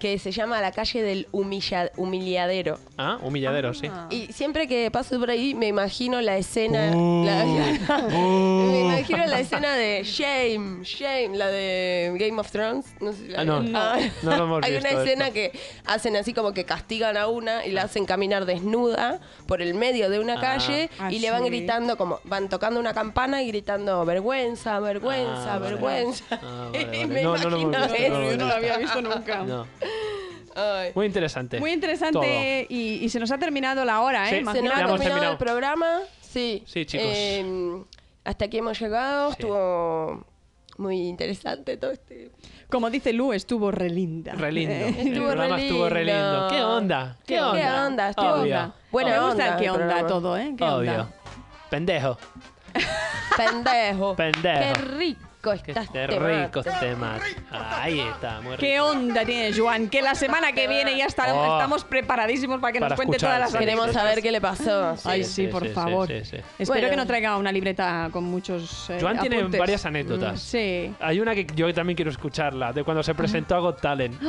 S2: que se llama la calle del humilla- humilladero.
S1: Ah, humilladero, sí.
S3: Ah.
S2: Y siempre que paso por ahí me imagino la escena.
S1: Uh,
S2: la-
S1: uh.
S2: me imagino la escena de Shame, Shame, la de Game of Thrones. No sé si la
S1: Ah, no.
S2: vieron.
S1: No. No lo hemos
S2: Hay
S1: visto
S2: una escena
S1: esto.
S2: que hacen así como que castigan a una y la hacen caminar desnuda por el medio de una
S1: Ah.
S2: calle y
S3: Ah,
S2: le van
S3: sí.
S2: gritando como van tocando una campana y gritando vergüenza, vergüenza,
S1: Ah, vale.
S2: vergüenza.
S1: Ah, vale,
S2: Y
S1: vale.
S2: me
S1: No, no lo hemos visto, no
S2: imagino
S1: lo hemos
S2: eso.
S1: visto.
S3: había visto nunca.
S1: No.
S2: Ay.
S1: Muy interesante.
S3: Muy
S1: Todo.
S3: interesante y, y se nos ha terminado la hora,
S1: Sí.
S3: ¿eh?
S2: Se nos
S1: Ya
S2: ha
S3: Imaginaros.
S1: hemos
S2: terminado
S1: terminado.
S2: el programa. Sí.
S1: Sí, chicos.
S2: Eh, hasta aquí hemos llegado.
S1: Sí.
S2: Estuvo muy interesante todo este.
S3: Como dice Lu, estuvo relinda.
S1: Re lindo. el
S2: Estuvo
S1: programa
S2: re
S1: estuvo re lindo.
S2: lindo.
S1: ¿Qué onda? ¿Qué,
S2: ¿Qué
S1: onda?
S2: onda? Estuvo
S1: Obvio.
S2: onda. Buena
S3: Me gusta
S2: onda
S3: el qué
S2: el
S3: onda
S2: programa.
S3: todo, ¿eh? ¿Qué
S1: Obvio.
S3: onda?
S1: Pendejo. Pendejo.
S2: Pendejo. Qué rico
S1: Qué
S2: estás.
S1: rico este mate. Ahí está, muy rico.
S3: ¿Qué onda tiene Juan? Que la semana que viene ya estaremos-
S1: Oh.
S3: estamos preparadísimos para que
S1: Para
S3: nos cuente
S1: escuchar,
S3: todas las
S1: sí.
S2: Queremos
S1: Sí, sí,
S2: saber
S1: sí.
S2: qué le pasó.
S3: Ay,
S1: Sí,
S3: sí,
S1: sí,
S3: por
S1: sí,
S3: favor.
S1: sí, sí.
S3: Espero
S2: Bueno.
S3: que no traiga una libreta con muchos. eh,
S1: Joan tiene
S3: apuntes.
S1: varias anécdotas.
S3: Mm, sí.
S1: Hay una que yo también quiero escucharla, de cuando se presentó a Got Talent.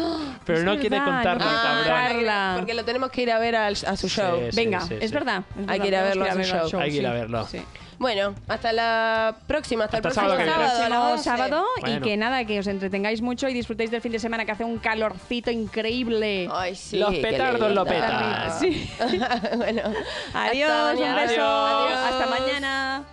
S1: Pero
S3: es
S1: no quiere
S3: verdad,
S1: contarla,
S3: no quiere
S1: cabrón.
S2: Ah,
S3: Carla.
S2: porque lo tenemos que ir a ver al- a su
S1: Sí,
S2: show.
S1: sí.
S3: Venga, es
S1: sí.
S3: verdad. es
S2: Hay que ir a
S3: verdad,
S2: verlo
S3: tenemos
S2: a su
S3: al
S2: show.
S1: Hay que ir
S3: sí,
S1: a verlo.
S3: sí.
S2: Bueno, hasta la próxima, hasta,
S1: Hasta
S2: el
S1: sábado que
S2: próximo
S1: viene.
S2: sábado. a las
S3: Próximo
S2: 11.
S3: sábado y
S1: Bueno.
S3: que nada, que os entretengáis mucho y disfrutéis del fin de semana que hace un calorcito increíble.
S2: Ay, sí,
S1: Los
S2: qué
S1: petardos
S2: lindo.
S1: lo petan.
S3: Sí.
S2: bueno, hasta
S3: Adiós, un
S2: mañana.
S3: beso.
S1: Adiós.
S3: Hasta mañana.